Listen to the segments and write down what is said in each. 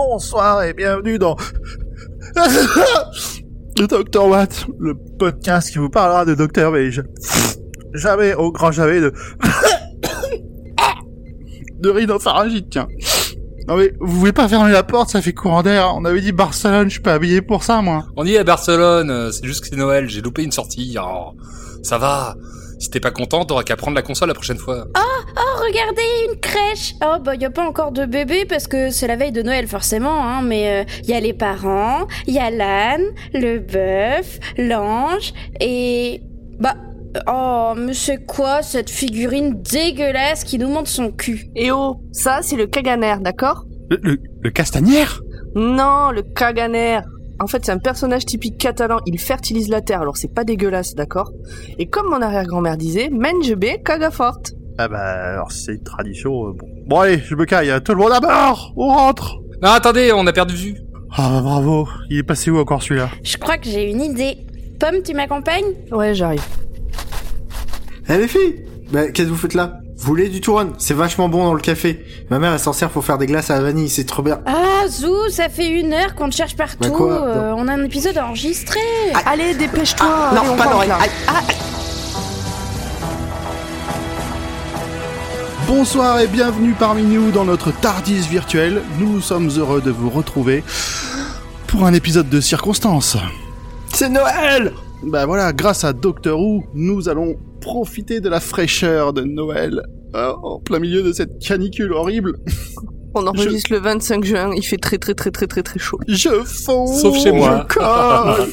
Bonsoir et bienvenue dans le Dr Watt, le podcast qui vous parlera de Dr Beige. Jamais, au grand jamais, de... de rhinopharyngite, tiens. Non mais, vous pouvez pas fermer la porte, ça fait courant d'air. On avait dit Barcelone, je suis pas habillé pour ça, moi. On y est à Barcelone, euh, c'est juste que c'est Noël, j'ai loupé une sortie. Oh, ça va. Si t'es pas content, t'auras qu'à prendre la console la prochaine fois. Oh, regardez, une crèche Oh, bah, y a pas encore de bébé parce que c'est la veille de Noël, forcément, hein, mais il y a les parents, il y a l'âne, le bœuf, l'ange, et... Bah... Oh, mais c'est quoi cette figurine dégueulasse qui nous montre son cul Et oh, ça c'est le Kaganer, d'accord Le, le, le castanière Non, le Kaganer. En fait, c'est un personnage typique catalan, il fertilise la terre, alors c'est pas dégueulasse, d'accord Et comme mon arrière-grand-mère disait, menge bé, caga forte. Ah bah, alors c'est une tradition, euh, bon. Bon allez, je me caille, hein. tout le monde à bord On rentre Non, attendez, on a perdu de vue. Ah bah bravo, il est passé où encore celui-là Je crois que j'ai une idée. Pomme, tu m'accompagnes Ouais, j'arrive. Eh les filles Bah, qu'est-ce que vous faites là Vous voulez du touron C'est vachement bon dans le café. Ma mère, elle s'en sert pour faire des glaces à la vanille, c'est trop bien. Ah, Zou, ça fait une heure qu'on te cherche partout. Bah quoi euh, on a un épisode enregistré. Allez, dépêche-toi allez, Ah, non, on pas rentre, l'oreille. là. Aïe, aïe. Bonsoir et bienvenue parmi nous dans notre Tardis virtuel. Nous sommes heureux de vous retrouver pour un épisode de circonstance. C'est Noël Bah voilà, grâce à Doctor Who, nous allons profiter de la fraîcheur de Noël euh, en plein milieu de cette canicule horrible. On enregistre le 25 juin, il fait très très très très très très chaud. Je fonds Sauf chez moi. je colle.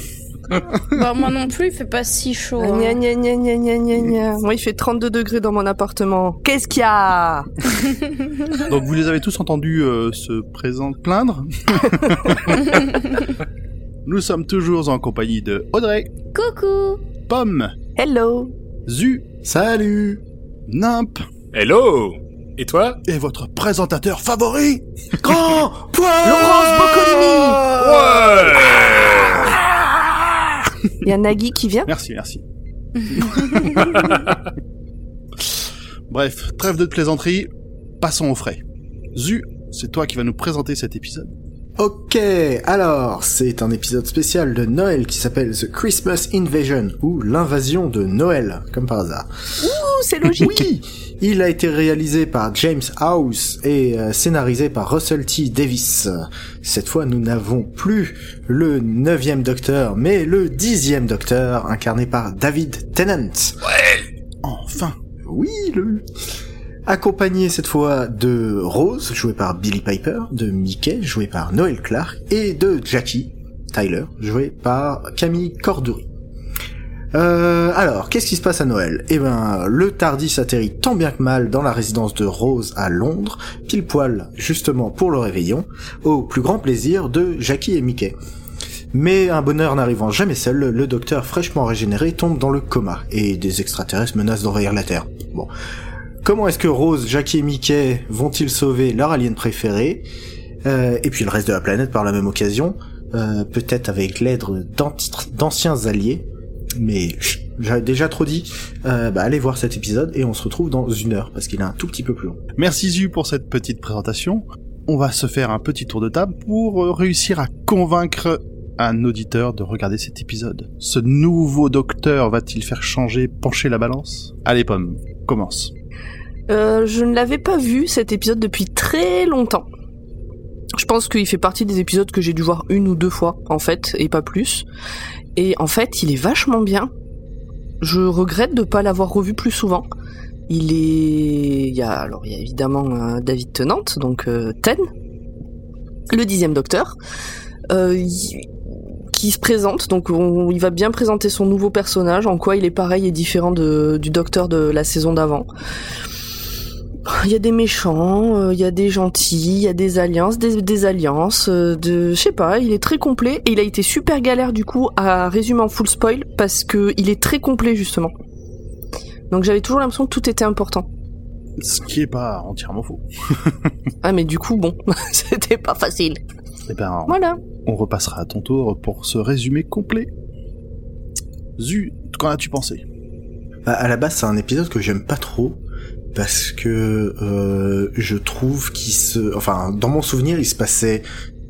bah, moi non plus, il fait pas si Oh. chaud. hein. Gna, gna, gna, gna, gna, gna, gna. Moi, il fait 32 degrés dans mon appartement. Qu'est-ce qu'il y a Donc vous les avez tous entendus euh, se présent plaindre. nous sommes toujours en compagnie de Audrey, Coucou Pomme, Hello Zu, Salut Nimp Hello Et toi et votre présentateur favori, Grand Poil Laurence Boccolini Il y a Nagui qui vient Merci, merci. Bref, trêve de plaisanterie, passons au frais. Zu, c'est toi qui vas nous présenter cet épisode. Ok, alors, c'est un épisode spécial de Noël qui s'appelle The Christmas Invasion, ou l'invasion de Noël, comme par hasard. Ouh, c'est logique Oui Il a été réalisé par James House et euh, scénarisé par Russell T. Davis. Euh, Cette fois, nous n'avons plus le neuvième Docteur, mais le dixième Docteur, incarné par David Tennant. Enfin, Oui, le... Accompagné cette fois de Rose, jouée par Billy Piper, de Mickey, joué par Noel Clark, et de Jackie, Tyler, joué par Camille Cordury. Euh, alors, qu'est-ce qui se passe à Noël Eh ben, le Tardis atterrit tant bien que mal dans la résidence de Rose à Londres, pile poil justement pour le réveillon, au plus grand plaisir de Jackie et Mickey. Mais un bonheur n'arrivant jamais seul, le docteur fraîchement régénéré tombe dans le coma, et des extraterrestres menacent d'envahir la Terre. Bon. Comment est-ce que Rose, Jackie et Mickey vont-ils sauver leur alien préféré Euh, Et puis le reste de la planète par la même occasion, euh, peut-être avec l'aide d'ant- d'anciens alliés. Mais chut, j'avais déjà trop dit. Euh, bah, allez voir cet épisode et on se retrouve dans une heure parce qu'il est un tout petit peu plus long. merci Zu pour cette petite présentation. On va se faire un petit tour de table pour euh, réussir à convaincre un auditeur de regarder cet épisode. Ce nouveau docteur va-t-il faire changer, pencher la balance Allez, Pomme, commence. Euh, je ne l'avais pas vu cet épisode depuis très longtemps. Je pense qu'il fait partie des épisodes que j'ai dû voir une ou deux fois en fait, et pas plus. Et en fait, il est vachement bien. Je regrette de ne pas l'avoir revu plus souvent. Il est, il y a alors il y a évidemment euh, David Tennant, donc euh, Ten, le dixième Docteur, euh, il- qui se présente. Donc on- il va bien présenter son nouveau personnage, en quoi il est pareil et différent de- du Docteur de la saison d'avant. Il y a des méchants, euh, il y a des gentils, il y a des alliances, des, des alliances, euh, de, je sais pas, il est très complet et il a été super galère du coup à résumer en full spoil parce que il est très complet justement. Donc j'avais toujours l'impression que tout était important. Ce qui est pas entièrement faux. Ah mais du coup bon, c'était pas facile. Eh ben, Voilà. on repassera à ton tour pour ce résumé complet. Zu, qu'en as-tu pensé Bah, à la base, c'est un épisode que j'aime pas trop parce que euh, je trouve qu'il se, enfin, dans mon souvenir, il se passait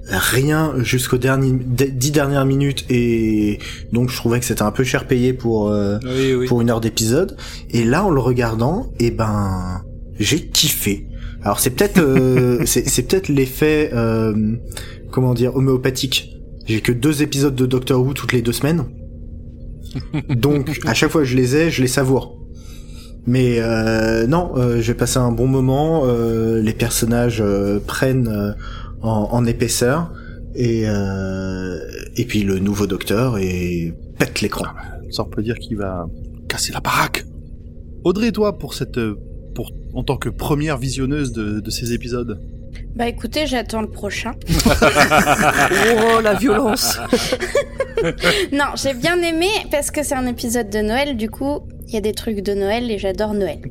rien jusqu'aux derniers d- dix dernières minutes et donc je trouvais que c'était un peu cher payé pour euh, Oui, oui. pour une heure d'épisode. Et là, en le regardant, eh ben, j'ai kiffé. Alors c'est peut-être euh, c'est c'est peut-être l'effet euh, comment dire homéopathique. J'ai que deux épisodes de Doctor Who toutes les deux semaines, donc à chaque fois que je les ai, je les savoure. Mais euh, non, euh, j'ai passé un bon moment. euh, les personnages euh, prennent euh, en, en épaisseur et euh, et puis le nouveau Docteur et pète l'écran. Ça, on peut dire qu'il va casser la baraque. Audrey, toi, pour cette, euh, pour, en tant que première visionneuse de, de ces épisodes. Bah écoutez, j'attends le prochain. Oh la violence Non, j'ai bien aimé parce que c'est un épisode de Noël, du coup, il y a des trucs de Noël et j'adore Noël.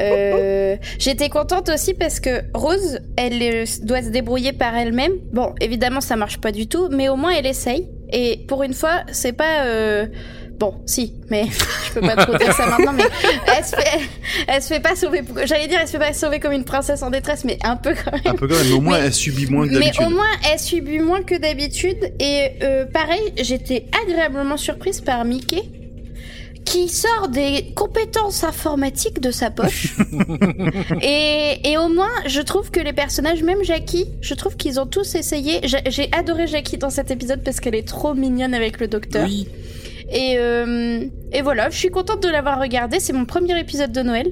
Euh, J'étais contente aussi parce que Rose, elle euh, doit se débrouiller par elle-même. Bon, évidemment, ça marche pas du tout, mais au moins elle essaye. Et pour une fois, c'est pas. euh, Bon, si, mais je peux pas trop dire ça maintenant, mais elle se fait, elle se fait pas sauver. J'allais dire, elle se fait pas sauver comme une princesse en détresse, mais un peu quand même. Un peu quand même, mais au moins, Mais- elle subit moins que Mais d'habitude. au moins, elle subit moins que d'habitude. Et euh, pareil, j'étais agréablement surprise par Mickey, qui sort des compétences informatiques de sa poche. et, et au moins, je trouve que les personnages, même Jackie, je trouve qu'ils ont tous essayé. J'a- J'ai adoré Jackie dans cet épisode parce qu'elle est trop mignonne avec le docteur. Oui. Et, euh, et voilà, je suis contente de l'avoir regardé. C'est mon premier épisode de Noël.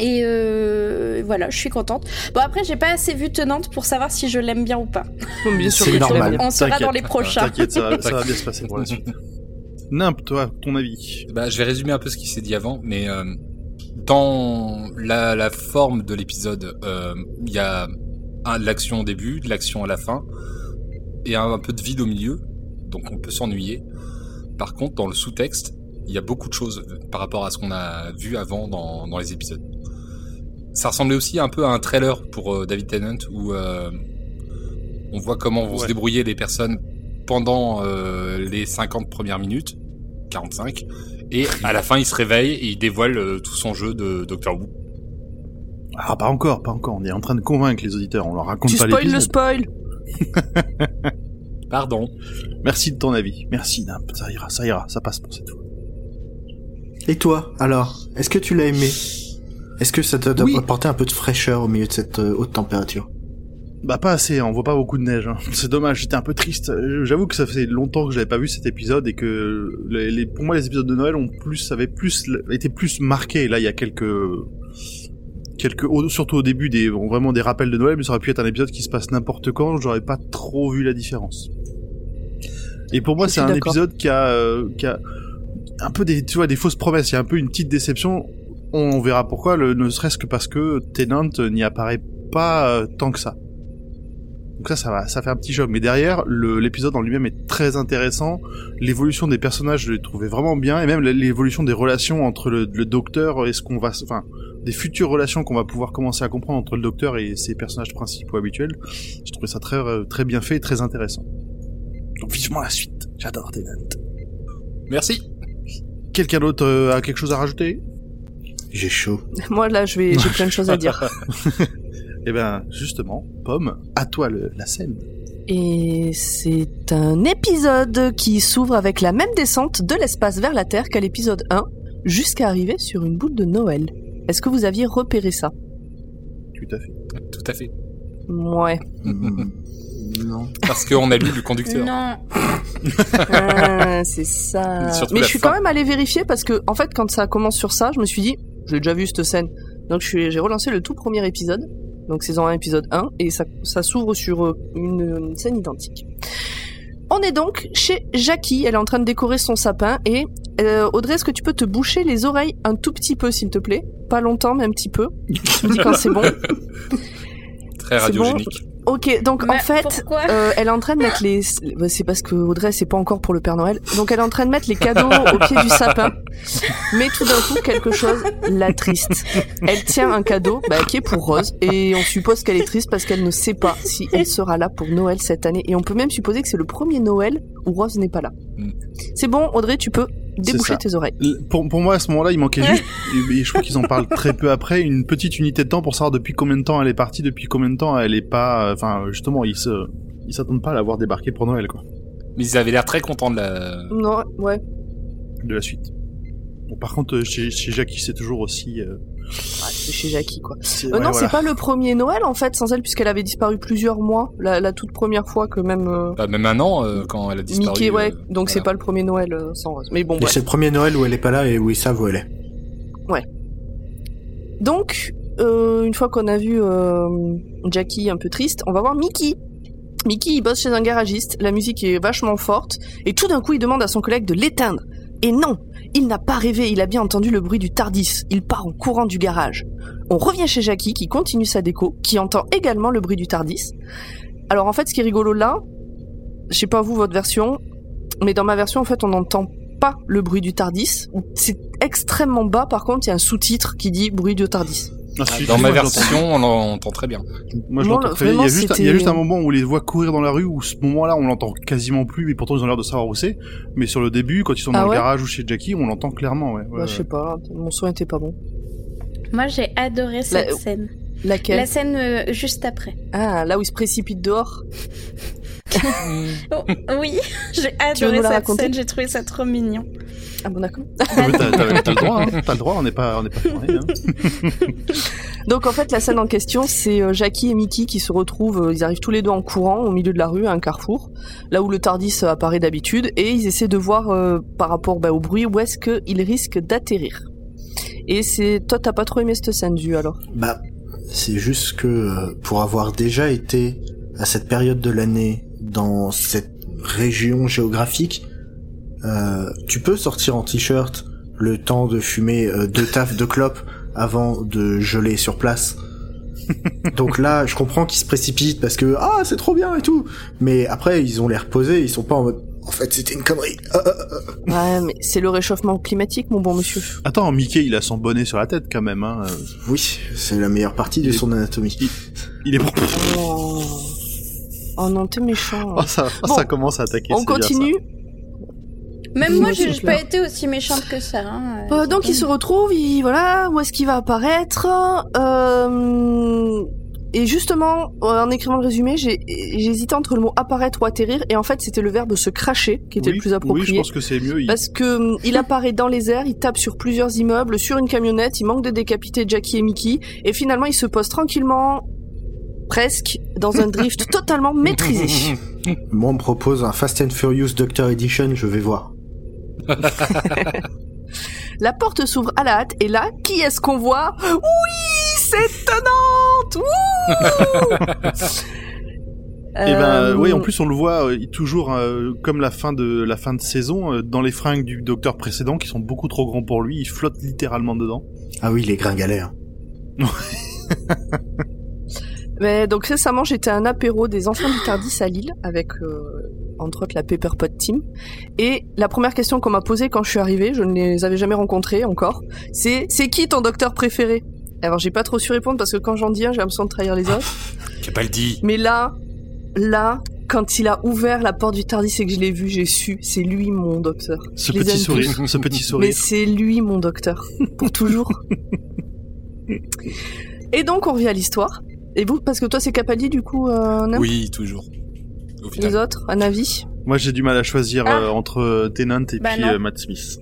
Et euh, voilà, je suis contente. Bon, après, j'ai pas assez vu Tenante pour savoir si je l'aime bien ou pas. Bon, Bien sûr C'est que tu normal. l'aimes bien. On sera T'inquiète. dans les prochains. Ah, T'inquiète, ça, va- ça va bien se passer pour la suite. Nimp, toi, ton avis. Bah, je vais résumer un peu ce qui s'est dit avant, mais euh, dans la, la forme de l'épisode, euh, il y a un, de l'action au début, de l'action à la fin, et un, un peu de vide au milieu, donc on peut s'ennuyer. Par contre, dans le sous-texte, il y a beaucoup de choses par rapport à ce qu'on a vu avant dans, dans les épisodes. Ça ressemblait aussi un peu à un trailer pour euh, David Tennant, où euh, on voit comment vont se Ouais. débrouiller les personnes pendant euh, les 50 premières minutes, 45, et à la fin, il se réveille et il dévoile euh, tout son jeu de Doctor Who. Ah, pas encore, pas encore. On est en train de convaincre les auditeurs. On leur raconte Tu pas spoil le l'épisode. spoil Pardon. Merci de ton avis. Merci, Nimp. Ça ira, ça ira. Ça passe pour cette fois. Et toi, alors, est-ce que tu l'as aimé Est-ce que ça t'a Oui. apporté un peu de fraîcheur au milieu de cette euh, haute température Bah, pas assez. hein. On voit pas beaucoup de neige. hein. C'est dommage. J'étais un peu triste. Euh, J'avoue que ça faisait longtemps que j'avais pas vu cet épisode et que les, les- pour moi, les épisodes de Noël ont plus, avaient plus, étaient plus marqués. Là, il y a quelques, quelques, au- surtout au début des, bon, vraiment des rappels de Noël, mais ça aurait pu être un épisode qui se passe n'importe quand. J'aurais pas trop vu la différence. Et pour moi, Je c'est suis un d'accord. épisode qui a, euh, qui a un peu des, tu vois, des fausses promesses. Il y a un peu une petite déception. On verra pourquoi, le, ne serait-ce que parce que Tennant n'y apparaît pas euh, tant que ça. Donc ça, ça va, ça fait un petit choc. Mais derrière, le- l'épisode en lui-même est très intéressant. L'évolution des personnages, je l'ai trouvé vraiment bien, et même l- l'évolution des relations entre le, le docteur et ce qu'on va, s- enfin, des futures relations qu'on va pouvoir commencer à comprendre entre le docteur et ses personnages principaux habituels. J'ai trouvé ça très, euh, très bien fait, et très intéressant. Donc vivement la suite. J'adore Tennant. Merci. Quelqu'un d'autre euh, a quelque chose à rajouter J'ai chaud. Moi là, je vais, j'ai plein de choses à dire. Eh ben, justement, Pomme, à toi le- la scène. Et c'est un épisode qui s'ouvre avec la même descente de l'espace vers la Terre qu'à l'épisode 1, jusqu'à arriver sur une boule de Noël. Est-ce que vous aviez repéré ça Tout à fait. Tout à fait. Ouais. Hmm, non. Parce qu'on a lu le conducteur. Non. Ah, c'est ça. Surtout Mais la je suis fin. quand même allée vérifier parce que, en fait, quand ça commence sur ça, je me suis dit, j'ai déjà vu cette scène. Donc je suis- j'ai relancé le tout premier épisode, donc saison 1, épisode 1, et ça, ça s'ouvre sur euh, une, euh, scène identique. On est donc chez Jackie, elle est en train de décorer son sapin, et euh, Audrey, est-ce que tu peux te boucher les oreilles un tout petit peu, s'il te plaît Pas longtemps, mais un petit peu. Tu me dis quand c'est bon. Très C'est radiogénique. Ok, donc en Mais fait, Pourquoi euh, elle est en train de mettre les. bah, C'est parce que Audrey, c'est pas encore pour le Père Noël. Donc elle est en train de mettre les cadeaux au pied du sapin. Mais tout d'un coup, quelque chose la triste. Elle tient un cadeau bah, qui est pour Rose. Et on suppose qu'elle est triste parce qu'elle ne sait pas si elle sera là pour Noël cette année. Et on peut même supposer que c'est le premier Noël où Rose n'est pas là. Mm. C'est bon, Audrey, tu peux déboucher ça. tes oreilles. L- Pour, pour moi, à ce moment-là, il manquait Ouais. juste, et je crois qu'ils en parlent très peu après, une petite unité de temps pour savoir depuis combien de temps elle est partie, depuis combien de temps elle est pas... Enfin, justement, ils se... Ils s'attendent pas à l'avoir débarqué pour Noël, quoi, Mais ils avaient l'air très contents de la. Mm. Non, ouais. de la suite. Bon, par contre, euh, chez, chez Jackie, c'est toujours aussi... euh, Ouais, Ah, c'est chez Jackie, quoi. c'est- Euh, ouais, non, voilà. c'est pas le premier Noël, en fait, sans elle, puisqu'elle avait disparu plusieurs mois. La, la toute première fois que même euh, Bah, même un an euh, quand elle a disparu. Mickey, ouais. euh, Donc c'est voilà. pas le premier Noël euh, sans Rose. Mais bon, Et bref. c'est le premier Noël où elle est pas là et où ils savent où elle est. Donc, euh, une fois qu'on a vu euh, Jackie un peu triste, on va voir Mickey. Mickey, il bosse chez un garagiste, la musique est vachement forte, et tout d'un coup, il demande à son collègue de l'éteindre. Et non, il n'a pas rêvé, il a bien entendu le bruit du Tardis, il part en courant du garage. On revient chez Jackie, qui continue sa déco, qui entend également le bruit du Tardis. Alors en fait, ce qui est rigolo là, je sais pas vous votre version, mais dans ma version, en fait, on n'entend pas le bruit du Tardis. C'est extrêmement bas, par contre, il y a un sous-titre qui dit bruit du Tardis. Ah, si, Dans moi, ma je l'entends. version, on l'entend très bien. Moi, je Moi, l'entends le- très bien. Il y, a vraiment, juste, il y a c'était- juste un moment où on les voit courir dans la rue, où ce moment-là, on l'entend quasiment plus, et pourtant ils ont l'air de savoir où c'est. Mais sur le début, quand ils sont dans Ah ouais le garage ou chez Jackie, on l'entend clairement, ouais. ouais, Bah, je sais ouais. pas, mon soin était pas bon. Moi, j'ai adoré cette scène. Laquelle La scène euh, juste après. Ah, là où il se précipite dehors. Oh, oui, j'ai veux nous adoré la cette raconter scène, j'ai trouvé ça trop mignon. Ah bon, d'accord. Ouais, mais T'as t'as- t'as le droit, hein. T'as le droit, on n'est pas, on n'est pas fermé, hein. Donc en fait, la scène en question, c'est euh, Jackie et Mickey qui se retrouvent, euh, ils arrivent tous les deux en courant au milieu de la rue, à un carrefour, là où le Tardis euh, apparaît d'habitude, et ils essaient de voir euh, par rapport bah, au bruit où est-ce qu'il risque d'atterrir. Et c'est toi, t'as pas trop aimé cette scène du alors Bah, c'est juste que euh, pour avoir déjà été à cette période de l'année dans cette région géographique, euh, tu peux sortir en t-shirt le temps de fumer euh, deux tafs de clopes avant de geler sur place. Donc là, je comprends qu'ils se précipitent parce que ah c'est trop bien et tout, mais après ils ont l'air posés, ils sont pas en mode en fait c'était une connerie. Ah, ah, Ouais, ah. mais c'est le réchauffement climatique, mon bon monsieur. Attends, Mickey, il a son bonnet sur la tête quand même. Hein. Euh, Oui, c'est la meilleure partie de son anatomie. Il est. Oh, oh non, t'es méchant. Oh, ça, oh, Bon. ça commence à attaquer. On c'est bien, ça. continue Même Oui, moi, c'est j'ai j'ai clair. pas été aussi méchante que ça. hein. Euh, donc il se retrouve, il, voilà, où est-ce qu'il va apparaître euh, Et justement, euh, en écrivant le résumé, j'ai j'ai hésité entre le mot apparaître ou atterrir, et en fait c'était le verbe se cracher qui était Oui, le plus approprié. Oui, je pense que c'est mieux. il- Parce que hum, il apparaît dans les airs, il tape sur plusieurs immeubles, sur une camionnette, il manque de décapiter Jackie et Mickey, et finalement il se pose tranquillement, presque, dans un drift totalement maîtrisé. Moi, on me propose un Fast and Furious Doctor Edition, je vais voir. La porte s'ouvre à la hâte, et là, qui est-ce qu'on voit Oui, c'est tenante Wouh Eh ben, Euh, oui, en plus, on le voit euh, il- toujours euh, comme la fin de la fin de saison euh, dans les fringues du docteur précédent qui sont beaucoup trop grands pour lui. Il flotte littéralement dedans. Ah oui, les gringalets. hein. Mais donc récemment, j'étais à un apéro des enfants du Tardis à Lille avec euh, entre autres la Pepperpot Team. Et la première question qu'on m'a posée quand je suis arrivée, je ne les avais jamais rencontrés encore, c'est c'est qui ton docteur préféré Alors j'ai pas trop su répondre parce que quand j'en dis un, j'ai l'impression de trahir les autres. J'ai pas le dit. Mais là, là, quand il a ouvert la porte du Tardis et que je l'ai vu, j'ai su, c'est lui mon docteur. Ce Je les petit aime sourire, tous. ce petit sourire. Mais c'est lui mon docteur, pour toujours. et donc on revient à l'histoire. Et vous, parce que toi c'est Capaldi du coup, euh, Nam Oui, toujours. Au Les final. autres, un avis Moi, j'ai du mal à choisir Ah. euh, entre euh, Tennant et Bah puis non. euh, Matt Smith.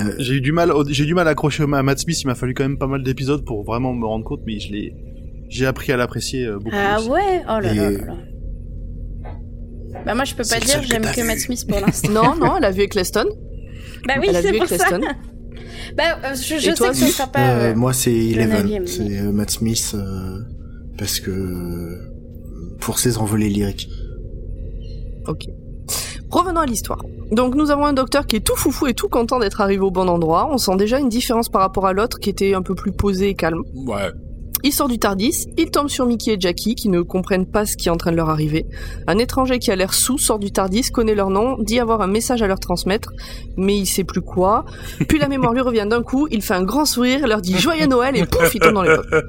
Euh, J'ai eu du mal, au- j'ai du mal à accrocher à Matt Smith. Il m'a fallu quand même pas mal d'épisodes pour vraiment me rendre compte, mais je l'ai, j'ai appris à l'apprécier euh, beaucoup. Ah aussi. ouais Oh là là Et- là là. Bah moi, je peux C'est pas le dire seul que j'aime t'as que vu. Matt Smith pour l'instant. Non, non, elle a vu Eccleston. bah oui, elle a vu c'est pour ça. Eccleston. Bah, euh, je, je Et toi, sais que ce Gus sera pas... euh, euh, moi, c'est avis, Eleven. mais- C'est euh, Matt Smith, euh, parce que... euh, Pour ses envolées lyriques. Revenons à l'histoire. Donc nous avons un docteur qui est tout foufou et tout content d'être arrivé au bon endroit. On sent déjà une différence par rapport à l'autre qui était un peu plus posé et calme. Ouais. Il sort du Tardis, il tombe sur Mickey et Jackie qui ne comprennent pas ce qui est en train de leur arriver. Un étranger qui a l'air sous sort du Tardis, connaît leur nom, dit avoir un message à leur transmettre, mais il sait plus quoi. Puis la mémoire lui revient d'un coup, il fait un grand sourire, leur dit Joyeux Noël et pouf, il tombe dans les pommes.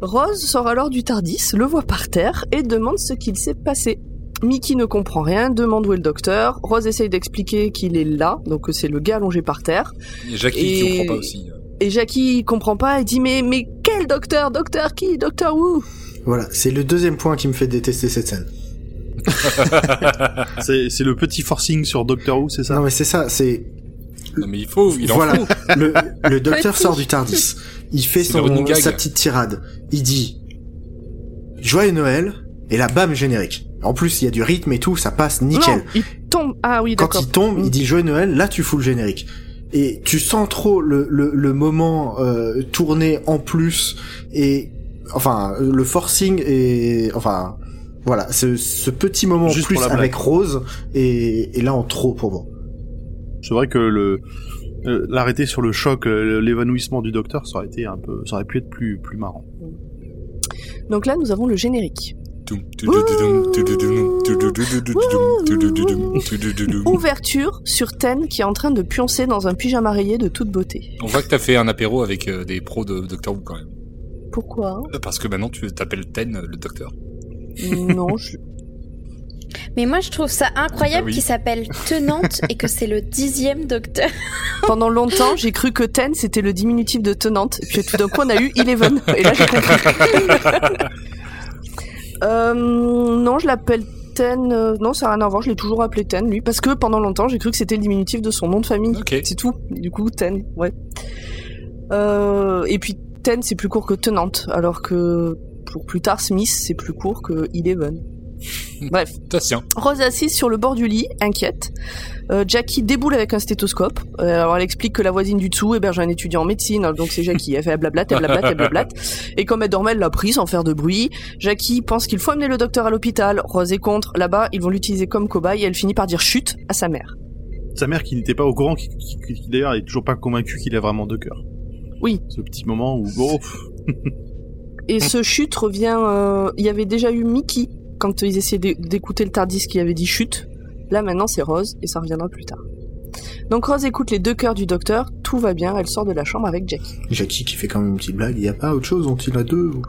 Rose sort alors du Tardis, le voit par terre et demande ce qu'il s'est passé. Mickey ne comprend rien, demande où est le docteur. Rose essaye d'expliquer qu'il est là, donc que c'est le gars allongé par terre. Et Jackie Et- qui comprend pas aussi. Et Jackie il comprend pas et dit mais mais quel docteur Docteur qui Docteur où Voilà, c'est le deuxième point qui me fait détester cette scène. Ah. C'est c'est le petit forcing sur Doctor Who, c'est ça Non mais c'est ça, c'est Non mais il faut, il en voilà, faut. le, le docteur Petit. sort du Tardis. Il fait C'est le running son, gag. sa petite tirade. Il dit Joyeux Noël et la bam générique. En plus, il y a du rythme et tout, ça passe nickel. Non, il tombe. Ah oui Quand d'accord. il tombe, Mm. il dit Joyeux Noël, là tu fous le générique. Et tu sens trop le, le, le moment euh, tourné en plus et enfin le forcing et enfin voilà ce, ce petit moment Juste en plus pour la blague. avec Rose et, et là en trop pour moi. C'est vrai que le euh, l'arrêter sur le choc, euh, l'évanouissement du docteur, ça aurait été un peu, ça aurait pu être plus plus marrant. Donc là nous avons le générique. Mhm. Ouverture sur Ten qui est en train de pioncer dans un pyjama rayé de toute beauté. On voit que t'as fait un apéro avec euh, des pros de Doctor Who quand même. Pourquoi Parce que maintenant tu t'appelles Ten euh, le docteur. Non, je... Mais moi, je trouve ça incroyable Bah oui. qu'il s'appelle Tenante et que c'est le dixième docteur. pendant longtemps j'ai cru que Ten c'était le diminutif de tenante. Et puis tout d'un coup on a eu Eleven. Et là j'ai compris. Euh, non, je l'appelle Ten. euh, Non, ça n'a rien à voir. Je l'ai toujours appelé Ten lui parce que pendant longtemps j'ai cru que c'était le diminutif de son nom de famille. Ok. C'est tout. Du coup, ten, ouais. Euh, et puis ten, c'est plus court que tenante, alors que pour plus tard, Smith, c'est plus court que eleven. Bref, Ça tient. Rose est assise sur le bord du lit, inquiète. Euh, Jackie déboule avec un stéthoscope. Euh, alors elle explique que la voisine du dessous héberge un étudiant en médecine, alors donc c'est Jackie. Elle fait blablat, elle blablat, elle blablat. Et comme elle dormait, elle l'a prise sans faire de bruit. Jackie pense qu'il faut amener le docteur à l'hôpital. Rose est contre. Là-bas, ils vont l'utiliser comme cobaye et elle finit par dire chute à sa mère. Sa mère qui n'était pas au courant, qui, qui- qui- qui d'ailleurs est toujours pas convaincue qu'il a vraiment deux cœurs. Oui. Ce petit moment où bon, Et ce chute revient. euh, Il y avait déjà eu Mickey quand ils essayaient d'é- d'écouter le Tardis qui avait dit chute. Là maintenant c'est Rose et ça reviendra plus tard. Donc Rose écoute les deux cœurs du docteur, tout va bien, elle sort de la chambre avec Jackie. Jackie qui fait quand même une petite blague, il n'y a pas autre chose dont il a deux. ou-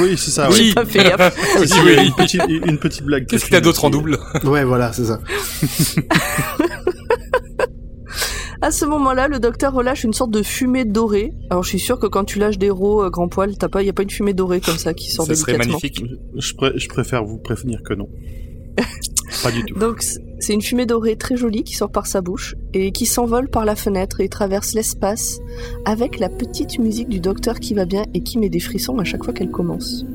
oui, c'est ça. Ah Oui. Oui. J'ai pas fait gaffe. Si, si, Oui. Une, petite, une petite blague. Qu'est-ce qu'il y a d'autre en double Ouais, voilà, c'est ça. À ce moment-là, le docteur relâche une sorte de fumée dorée. Alors je suis sûre que quand tu lâches des rots euh, grand poil, t'as pas, y a pas une fumée dorée comme ça qui sort Ça serait délicatement. magnifique. Je, pré- je préfère vous prévenir que non. pas du tout. Donc c- c'est une fumée dorée très jolie qui sort par sa bouche et qui s'envole par la fenêtre et traverse l'espace avec la petite musique du docteur qui va bien et qui met des frissons à chaque fois qu'elle commence.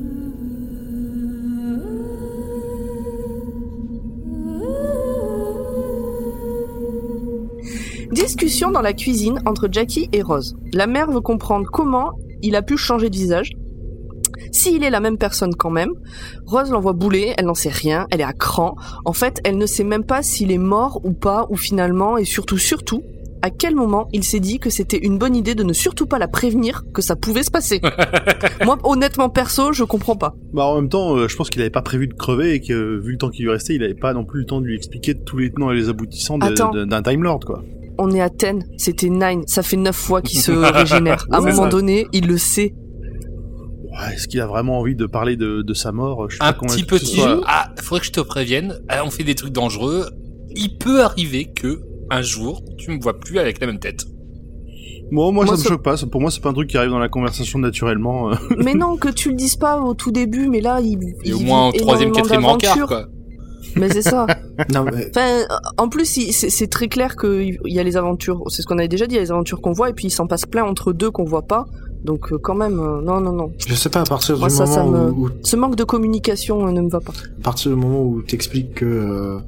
Discussion dans la cuisine entre Jackie et Rose. La mère veut comprendre comment il a pu changer de visage. S'il est la même personne quand même, Rose l'envoie bouler, elle n'en sait rien, elle est à cran, en fait, elle ne sait même pas s'il est mort ou pas, ou finalement, et surtout, surtout, à quel moment il s'est dit que c'était une bonne idée de ne surtout pas la prévenir que ça pouvait se passer. Moi, honnêtement, perso, je comprends pas. Bah en même temps, euh, je pense qu'il avait pas prévu de crever et que euh, vu le temps qui lui restait, il avait pas non plus le temps de lui expliquer tous les tenants et les aboutissants de- Attends. de- d'un Time Lord quoi. On est à Ten, c'était Nine, ça fait neuf fois qu'il se régénère. À un C'est moment ça. donné, il le sait. Ouais, Est-ce qu'il a vraiment envie de parler de, de sa mort euh, Je suis Un pas convaincu petit que ce petit. soit- Ah, faudrait que je te prévienne. Ah, on fait des trucs dangereux. Il peut arriver que un jour tu me vois plus avec la même tête. Bon, moi, Moi, ça me ça- choque pas. Ça- Pour moi, c'est pas un truc qui arrive dans la conversation naturellement. euh. Mais non, que tu le dises pas au tout début, mais là, il, Et il au vit moins en troisième, énormément quatrième encart d'aventures. quoi. Mais c'est ça. Non, mais Enfin, en plus, il- c'est c'est très clair qu'il y a les aventures, c'est ce qu'on avait déjà dit, il y a les aventures qu'on voit, et puis il s'en passe plein entre deux qu'on voit pas. Donc, euh, quand même, euh, non, non, non. je sais pas, à partir du Moi, ça, moment ça me- où, où- Ce manque de communication euh, ne me va pas. à partir du moment où t'expliques que euh,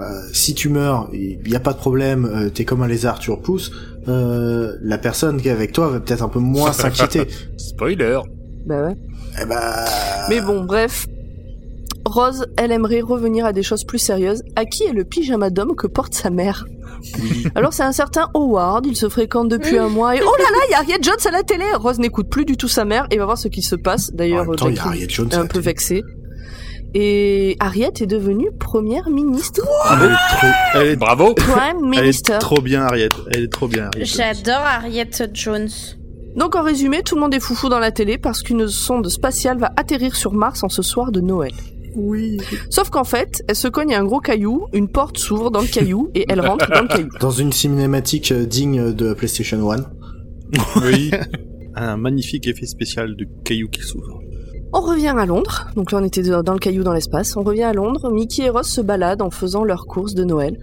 euh, si tu meurs, il n'y a pas de problème, euh, t'es comme un lézard, tu repousses, euh, la personne qui est avec toi va peut-être un peu moins s'inquiéter. Spoiler. Bah ouais. Eh bah, Mais bon, bref. Rose, elle aimerait revenir à des choses plus sérieuses. À qui est le pyjama d'homme que porte sa mère Oui. Alors c'est un certain Howard, il se fréquente depuis un mois et oh là là, il y a Harriet Jones à la télé Rose n'écoute plus du tout sa mère et va voir ce qui se passe. en D'ailleurs, même temps, il y a Jackie Harriet Jones. est un peu vexée. Et Harriet est devenue première ministre. Elle est trop, elle est, Bravo. Prime elle est Minister. trop bien, Ariette. Elle est trop bien, Ariette. J'adore Harriet Jones. Donc en résumé, tout le monde est foufou dans la télé parce qu'une sonde spatiale va atterrir sur Mars en ce soir de Noël. Oui. Sauf qu'en fait, elle se cogne à un gros caillou, une porte s'ouvre dans le caillou et elle rentre dans le caillou. Dans une cinématique euh, digne de PlayStation 1. Oui. Un magnifique effet spécial de caillou qui s'ouvre. On revient à Londres, donc là on était dans dans le caillou dans l'espace, on revient à Londres, Mickey et Ross se baladent en faisant leur course de Noël.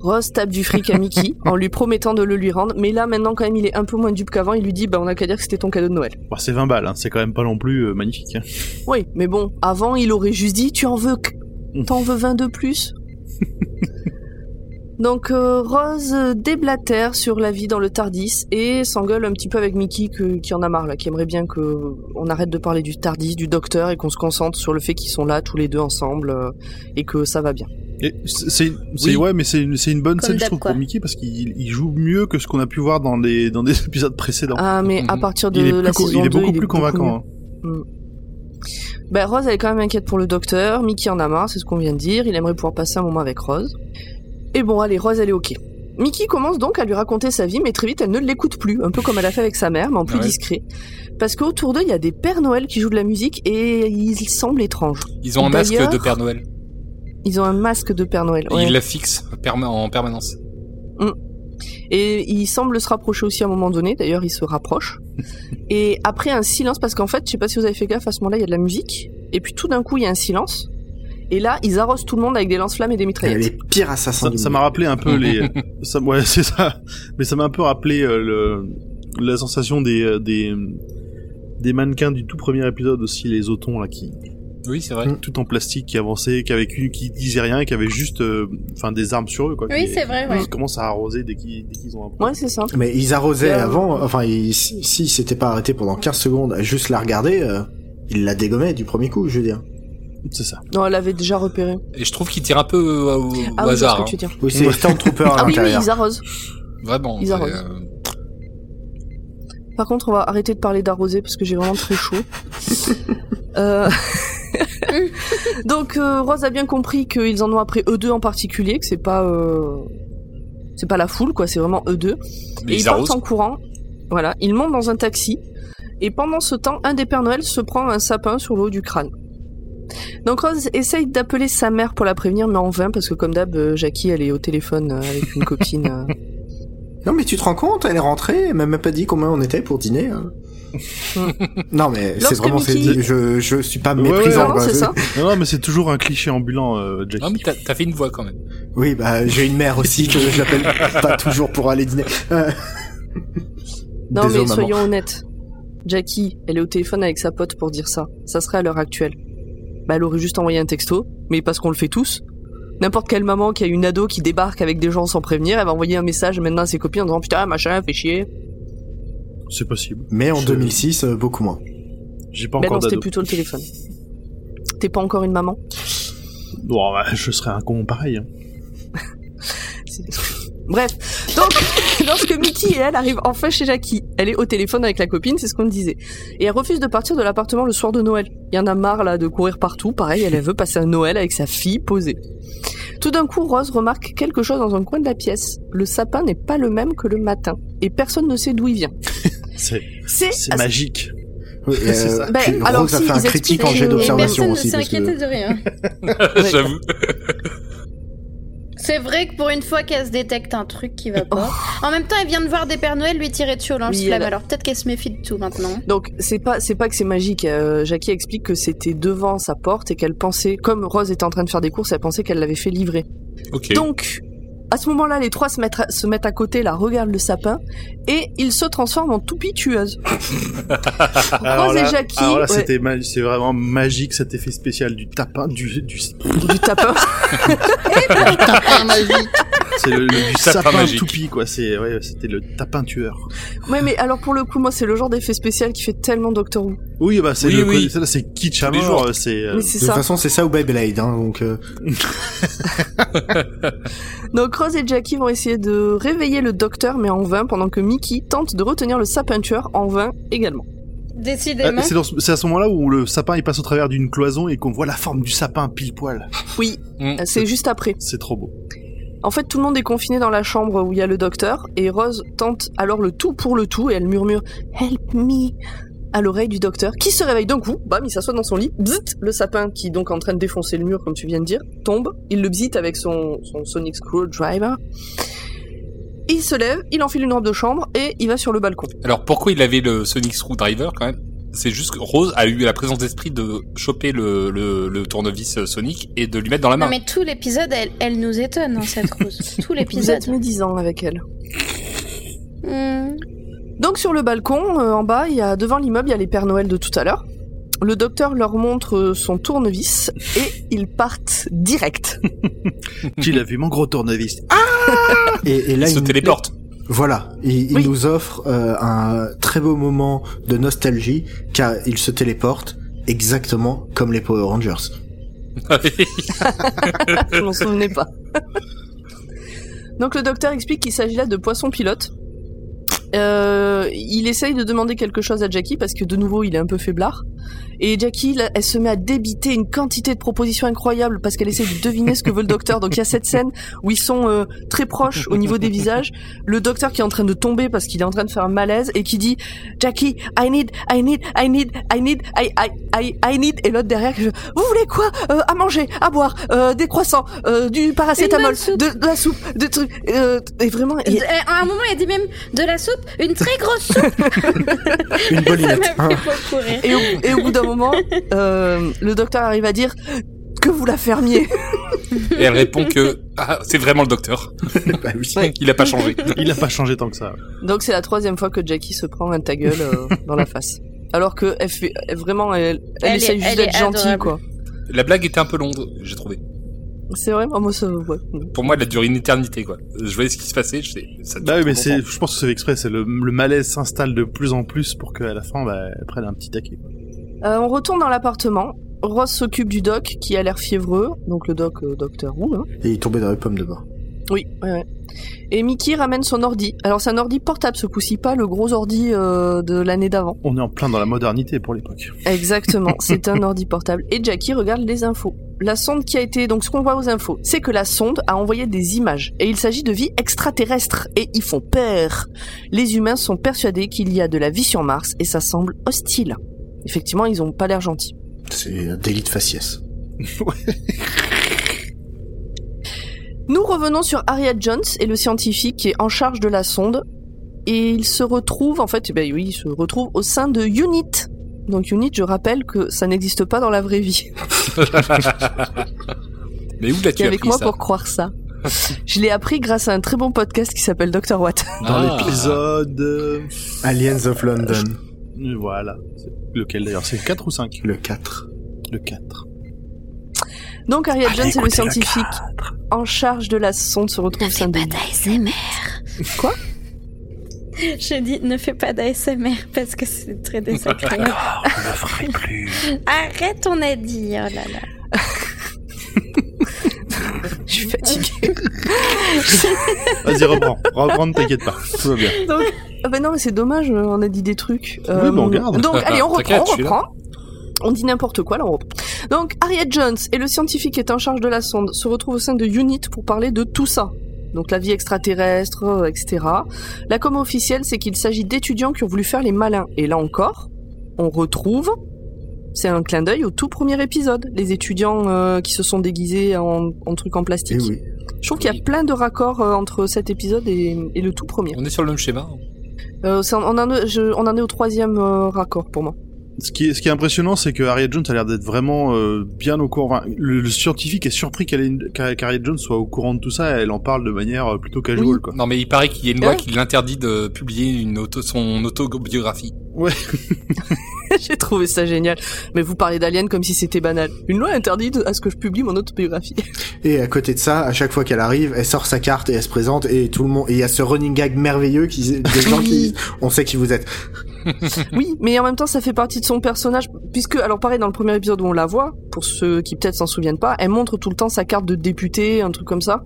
Ross tape du fric à Mickey en lui promettant de le lui rendre, mais là maintenant quand même il est un peu moins dupe qu'avant, il lui dit bah on a qu'à dire que c'était ton cadeau de Noël. Bon, c'est 20 balles, hein, c'est quand même pas non plus euh, magnifique. hein. Oui, mais bon, avant il aurait juste dit tu en veux que- t'en veux 20 de plus. Donc euh, Rose déblatère sur la vie dans le Tardis et s'engueule un petit peu avec Mickey que- qui en a marre là, qui aimerait bien que euh, on arrête de parler du Tardis, du Docteur et qu'on se concentre sur le fait qu'ils sont là tous les deux ensemble euh, et que ça va bien. Et c'est, c'est- c'est- ouais, mais c'est une, c'est une bonne Comme scène, je d'hab, trouve, quoi. pour Mickey, parce qu'il il joue mieux que ce qu'on a pu voir dans les, dans des épisodes précédents. Ah mais à Mhm. partir Mm-hmm. de il, est plus la con- il saison est 2, beaucoup plus mieux. convaincant. hein. Ben, Rose, elle est quand même inquiète pour le docteur. Mickey en a marre, c'est ce qu'on vient de dire. Il aimerait pouvoir passer un moment avec Rose. Et bon, allez, Rose, elle est OK. Mickey commence donc à lui raconter sa vie, mais très vite, elle ne l'écoute plus, un peu comme elle a fait avec sa mère, mais en plus Ouais. discret. Parce qu'autour d'eux, il y a des Pères Noël qui jouent de la musique et ils semblent étranges. Ils ont un masque D'ailleurs, de Père Noël. Ils ont un masque de Père Noël. Et ouais. Ils la fixent perma- en permanence. Et il semble se rapprocher aussi à un moment donné. D'ailleurs, il se rapproche. et après un silence, parce qu'en fait, je sais pas si vous avez fait gaffe, à ce moment-là, il y a de la musique. Et puis tout d'un coup, il y a un silence. Et là, ils arrosent tout le monde avec des lance-flammes et des mitraillettes. Les pires assassins. Ça du ça monde. m'a rappelé un peu les. ça, ouais, c'est ça. Mais ça m'a un peu rappelé euh, le, la sensation des, euh, des, des mannequins du tout premier épisode aussi, les autons, là, qui, Oui, c'est vrai. Mm. tout en plastique, qui avançaient, qui, avaient qu'une- qui disaient rien, qui avaient juste, euh, enfin, des armes sur eux, quoi. Oui, qui- c'est vrai, ouais. Qui commencent à arroser dès qu'ils, dès qu'ils ont un Ouais, c'est ça. Mais ils arrosaient Euh, avant, enfin, ils- si- s'ils s'étaient pas arrêtés pendant 15 secondes à juste la regarder, euh, ils la dégommaient du premier coup, je veux dire. C'est ça. Non, elle l'avait déjà repéré. Et je trouve qu'ils tirent un peu euh, au, au Ah oui, je vois hasard. ce que tu dis. Oui, c'est les Stormtroopers à Ah oui, oui, l'intérieur. ils arrosent. hein. Vraiment. Ils c'est, arrosent. euh, Par contre, on va arrêter de parler d'arroser parce que j'ai vraiment très chaud. Euh, Donc, euh, Rose a bien compris qu'ils en ont après eux deux en particulier, que c'est pas euh, c'est pas la foule, quoi. C'est vraiment eux deux. mais et ils ils partent arrosent. en courant. Voilà, ils montent dans un taxi. Et pendant ce temps, un des Pères Noël se prend un sapin sur le haut du crâne. Donc Rose essaye d'appeler sa mère pour la prévenir, mais en vain, parce que comme d'hab, euh, Jackie, elle est au téléphone euh, avec une copine. euh. Non, mais tu te rends compte, elle est rentrée, elle m'a même pas dit combien on était pour dîner. hein. non, mais c'est Lorsque vraiment, c'est- Mickey- je, je suis pas Ouais, ouais, méprisant. ouais, Non, quoi. c'est Je- ça Non, non, mais c'est toujours un cliché ambulant, euh, Jackie. Non, mais t'as- t'as fait une voix quand même. Oui, bah, j'ai une mère aussi que je l'appelle pas toujours pour aller dîner. Euh. Non, Désolé, mais maman. soyons honnêtes. Jackie, elle est au téléphone avec sa pote pour dire ça. Ça serait à l'heure actuelle. Bah, elle aurait juste envoyé un texto, mais parce qu'on le fait tous. N'importe quelle maman qui a une ado qui débarque avec des gens sans prévenir, elle va envoyer un message maintenant à ses copines en disant putain, machin, fait chier. C'est possible. Mais en Je- 2006, euh, beaucoup moins. J'ai pas Ben encore non, c'était d'ado. plutôt le téléphone. T'es pas encore une maman Bon, bah, je serais un con pareil. hein. C'est- Bref, donc lorsque Mickey et elle arrivent enfin chez Jackie, elle est au téléphone avec la copine, c'est ce qu'on disait. Et elle refuse de partir de l'appartement le soir de Noël. Il y en a marre là de courir partout, pareil, elle elle veut passer un Noël avec sa fille posée. Tout d'un coup, Rose remarque quelque chose dans un coin de la pièce. Le sapin n'est pas le même que le matin, et personne ne sait d'où il vient. C'est, Ah, C'est c'est magique. Oui, C'est ça. puis Ben, Rose alors a si, fait un ils critique en expliquent jet que- Et personne d'observation ne aussi. s'est parce que- inquiété de rien. J'avoue. C'est vrai que pour une fois qu'elle se détecte un truc qui va pas. En même temps, elle vient de voir des Pères Noël lui tirer dessus au lance-flamme. Oh. elle a- Alors peut-être qu'elle se méfie de tout maintenant. Donc c'est pas c'est pas que c'est magique. euh, Jackie explique que c'était devant sa porte et qu'elle pensait, comme Rose était en train de faire des courses, elle pensait qu'elle l'avait fait livrer. Ok. Donc à ce moment-là, les trois se mettent à, se mettent à côté, là, regardent le sapin et ils se transforment en toupie tueuse. Rose et Jackie, alors là, ouais, c'était ma- c'est vraiment magique cet effet spécial du tapin, du, du du tapin. C'est le, le- du Sapin sapin magique. toupie, quoi. C'est, ouais, c'était le tapin tueur. ouais, mais alors pour le coup, moi, c'est le genre d'effet spécial qui fait tellement Doctor Who. Oui, bah, c'est Oui, le, oui. ça, là, c'est kitsch à Tous les mort, jours. euh, c'est, euh, Mais c'est De toute ça. façon, c'est ça ou Beyblade, hein, donc euh, Donc Rose et Jackie vont essayer de réveiller le docteur, mais en vain, pendant que Mickey tente de retenir le sapin tueur en vain également. euh, Décidément. c'est, dans ce- c'est à ce moment-là où le sapin il passe au travers d'une cloison et qu'on voit la forme du sapin pile poil. Oui, Mm. c'est juste après. C'est trop beau. En fait, tout le monde est confiné dans la chambre où il y a le docteur, et Rose tente alors le tout pour le tout, et elle murmure Help me, à l'oreille du docteur, qui se réveille d'un coup, bam, il s'assoit dans son lit, bzzzt, le sapin qui est donc en train de défoncer le mur, comme tu viens de dire, tombe, il le bzit avec son, son Sonic Screwdriver, il se lève, il enfile une robe de chambre et il va sur le balcon. Alors pourquoi il avait le Sonic Screwdriver quand même C'est juste que Rose a eu la présence d'esprit de choper le, le, le tournevis euh, Sonic et de lui Ah, mettre dans la Non main. mais tout l'épisode, elle, elle nous étonne, hein, cette rose. tout Vous l'épisode. êtes médisant avec elle. Hmm. Donc sur le balcon, euh, en bas, il y a devant l'immeuble, il y a les Pères Noël de tout à l'heure. Le docteur leur montre euh, son tournevis et ils partent direct. Qui l'a vu mon gros tournevis Et, et Il là, se il- téléporte. Voilà, il, il Oui. nous offre euh, un très beau moment de nostalgie car il se téléporte exactement comme les Power Rangers. Je m'en souvenais pas. Donc le docteur explique qu'il s'agit là de poissons pilotes. Euh, il essaye de demander quelque chose à Jackie parce que de nouveau il est un peu faiblard. Et Jackie, là, elle se met à débiter une quantité de propositions incroyables parce qu'elle essaie de deviner ce que veut le docteur. Donc il y a cette scène où ils sont euh, très proches au niveau des visages. Le docteur qui est en train de tomber parce qu'il est en train de faire un malaise et qui dit Jackie, I need, I need, I need, I need, I, I, I, I need. Et l'autre derrière, qui fait, vous voulez quoi Euh, À manger, à boire, euh, des croissants, euh, du Une paracétamol, bonne soupe. de, de la soupe, de trucs. euh, et vraiment, il- Euh, À un moment, elle dit même de la soupe, une très grosse soupe. Une Ça bolinette. m'a fait beaucoup rire. Et au, et au bout d'un moment, euh, le docteur arrive à dire que vous la fermiez. et elle répond que ah, c'est vraiment le docteur. Bah oui. Il a pas changé. Il a pas changé tant que ça. Donc c'est la troisième fois que Jackie se prend un ta gueule euh, dans la face. Alors que elle fait elle- vraiment, elle, elle Elle est- essaye juste elle est d'être gentille, adorable. quoi. La blague était un peu longue, j'ai trouvé. C'est vrai, moi, moi, ça, ouais. Pour moi, elle a duré une éternité, quoi. Je voyais ce qui se passait, je sais, ça dure Bah oui, trop mais c'est, longtemps. je pense que c'est fait exprès, c'est le, le malaise s'installe de plus en plus pour qu'à la fin, bah, elle prenne un petit taquet. Euh, on retourne dans l'appartement. Ross s'occupe du doc qui a l'air fiévreux, donc le doc euh, docteur Who. hein. Et il est tombé dans les pommes de bain. Oui, ouais, ouais. Et Mickey ramène son ordi. Alors c'est un ordi portable ce coup-ci, pas le gros ordi euh, de l'année d'avant. On est en plein dans la modernité pour l'époque. Exactement, c'est un ordi portable. Et Jackie regarde les infos. La sonde qui a été, donc ce qu'on voit aux infos, c'est que la sonde a envoyé des images. Et il s'agit de vie extraterrestre. Et ils font peur. Les humains sont persuadés qu'il y a de la vie sur Mars et ça semble hostile. Effectivement, ils ont pas l'air gentils. C'est un délit de faciès. Nous revenons sur Harriet Jones et le scientifique qui est en charge de la sonde. Et il se retrouve, en fait, eh ben oui, il se retrouve au sein de UNIT. Donc UNIT, je rappelle que ça n'existe pas dans la vraie vie. Mais où l'as-tu qui est avec appris moi ça pour croire ça. Je l'ai appris grâce à un très bon podcast qui s'appelle Dr. Watt. Dans Ah. l'épisode, euh, Aliens of London, voilà. C'est Lequel d'ailleurs? C'est le 4 ou 5? le 4. Le 4. Donc Harriet Allez, Jones et le écoutez le scientifique en charge de la sonde se Ne retrouvent au fais sein de pas lui. d'ASMR. Quoi J'ai dit ne fais pas d'ASMR parce que c'est très désagréable. ne ferai plus. Arrête, on a dit. Oh là là. Je suis fatiguée. Vas-y, reprends. Reprends, ne t'inquiète pas. Tout va bien. Ah ben non, mais c'est dommage, euh, on a dit des trucs. Euh, Oui, bah, on garde. Donc allez, on reprend, T'inquiète, on je suis là. reprend. On dit n'importe quoi, là on reprend. Donc Harriet Jones et le scientifique qui est en charge de la sonde se retrouvent au sein de UNIT pour parler de tout ça. Donc la vie extraterrestre, euh, etc. La com officielle, c'est qu'il s'agit d'étudiants qui ont voulu faire les malins. Et là encore, on retrouve, c'est un clin d'œil au tout premier épisode, les étudiants euh, qui se sont déguisés en, en trucs en Et Eh plastique. Eh oui. Je trouve qu'il y a plein de raccords euh, entre cet épisode et- et le tout premier. On est sur le même schéma. Euh, c'est- on, en est, je- on en est au troisième euh, raccord pour moi. Ce qui est, ce qui est impressionnant, c'est que Harriet Jones a l'air d'être vraiment euh, bien au courant. Enfin, le, le scientifique est surpris qu'elle ait une- qu'Ha- qu'Harriet Jones soit au courant de tout ça. Elle en parle de manière euh, plutôt casual, Oui. quoi. Non, mais il paraît qu'il y a une loi Ah Ouais. qui l'interdit de publier une auto, son autobiographie. J'ai trouvé ça génial. Mais vous parlez d'Alien comme si c'était banal. Une loi interdite à ce que je publie mon autobiographie. Et à côté de ça, à chaque fois qu'elle arrive, elle sort sa carte et elle se présente et tout le monde. Et il y a ce running gag merveilleux qui des gens qui on sait qui vous êtes. oui, mais en même temps, ça fait partie de son personnage. Puisque, alors pareil, dans le premier épisode où on la voit, pour ceux qui peut-être s'en souviennent pas, elle montre tout le temps sa carte de députée, un truc comme ça.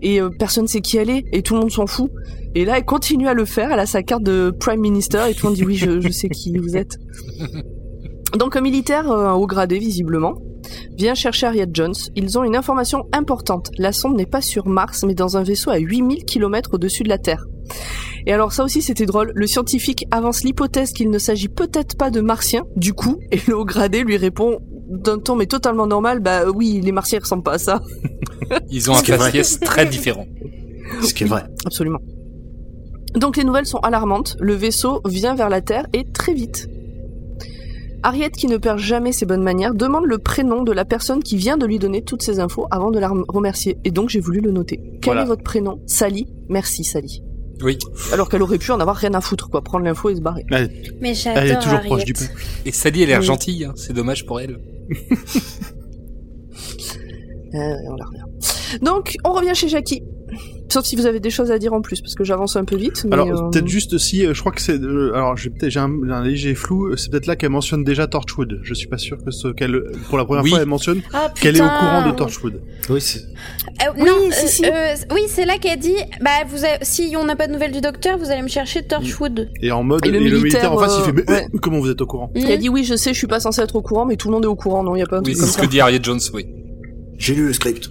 Et euh, personne sait qui elle est, et tout le monde s'en fout. Et là, elle continue à le faire, elle a sa carte de Prime Minister, et tout le monde dit oui, je, je sais qui vous êtes. Donc un militaire euh, haut gradé, visiblement, vient chercher Harriet Jones. Ils ont une information importante. La sonde n'est pas sur Mars, mais dans un vaisseau à 8000 km au-dessus de la Terre. Et alors ça aussi c'était drôle, le scientifique avance l'hypothèse qu'il ne s'agit peut-être pas de martiens, du coup, et le haut gradé lui répond d'un ton mais totalement normal, bah oui, les martiens ressemblent pas à ça. Ils ont un Ce qui est vrai. faciès très différent. Ce qui est vrai. Absolument. Donc les nouvelles sont alarmantes, le vaisseau vient vers la Terre et très vite. Harriet, qui ne perd jamais ses bonnes manières, demande le prénom de la personne qui vient de lui donner toutes ces infos avant de la rem- remercier. Et donc j'ai voulu le noter. Quel Voilà. est votre prénom Sally. Merci Sally. Oui. Alors qu'elle aurait pu en avoir rien à foutre, quoi, prendre l'info et se barrer. Mais j'adore. Elle est toujours proche du Harriet. peuple. Et Sally, elle a l'air Oui. gentille, hein. c'est dommage pour elle. Euh, on la revient. Donc on revient chez Jackie. Sauf si vous avez des choses à dire en plus, parce que j'avance un peu vite. mais, Alors, euh, peut-être juste si, euh, je crois que c'est, euh, alors j'ai peut-être j'ai un, un léger flou, c'est peut-être là qu'elle mentionne déjà Torchwood. Je suis pas sûr que ce qu'elle, pour la première Oui. fois, elle mentionne Ah, qu'elle est au putain. courant de Torchwood. Oui, c'est... Euh, Oui, non, euh, si, si. euh, oui, c'est là qu'elle dit bah, vous avez- si on n'a pas de nouvelles du docteur, vous allez me chercher Torchwood. Et en mode, Et le militaire, en face, il fait, mais euh, ouais. euh, comment vous êtes au courant Elle a dit oui, je sais, je suis pas censée être au courant, mais tout le monde est au courant, non Il y a pas un Oui, truc c'est comme ce ça. que dit Harriet Jones, oui. J'ai lu le script.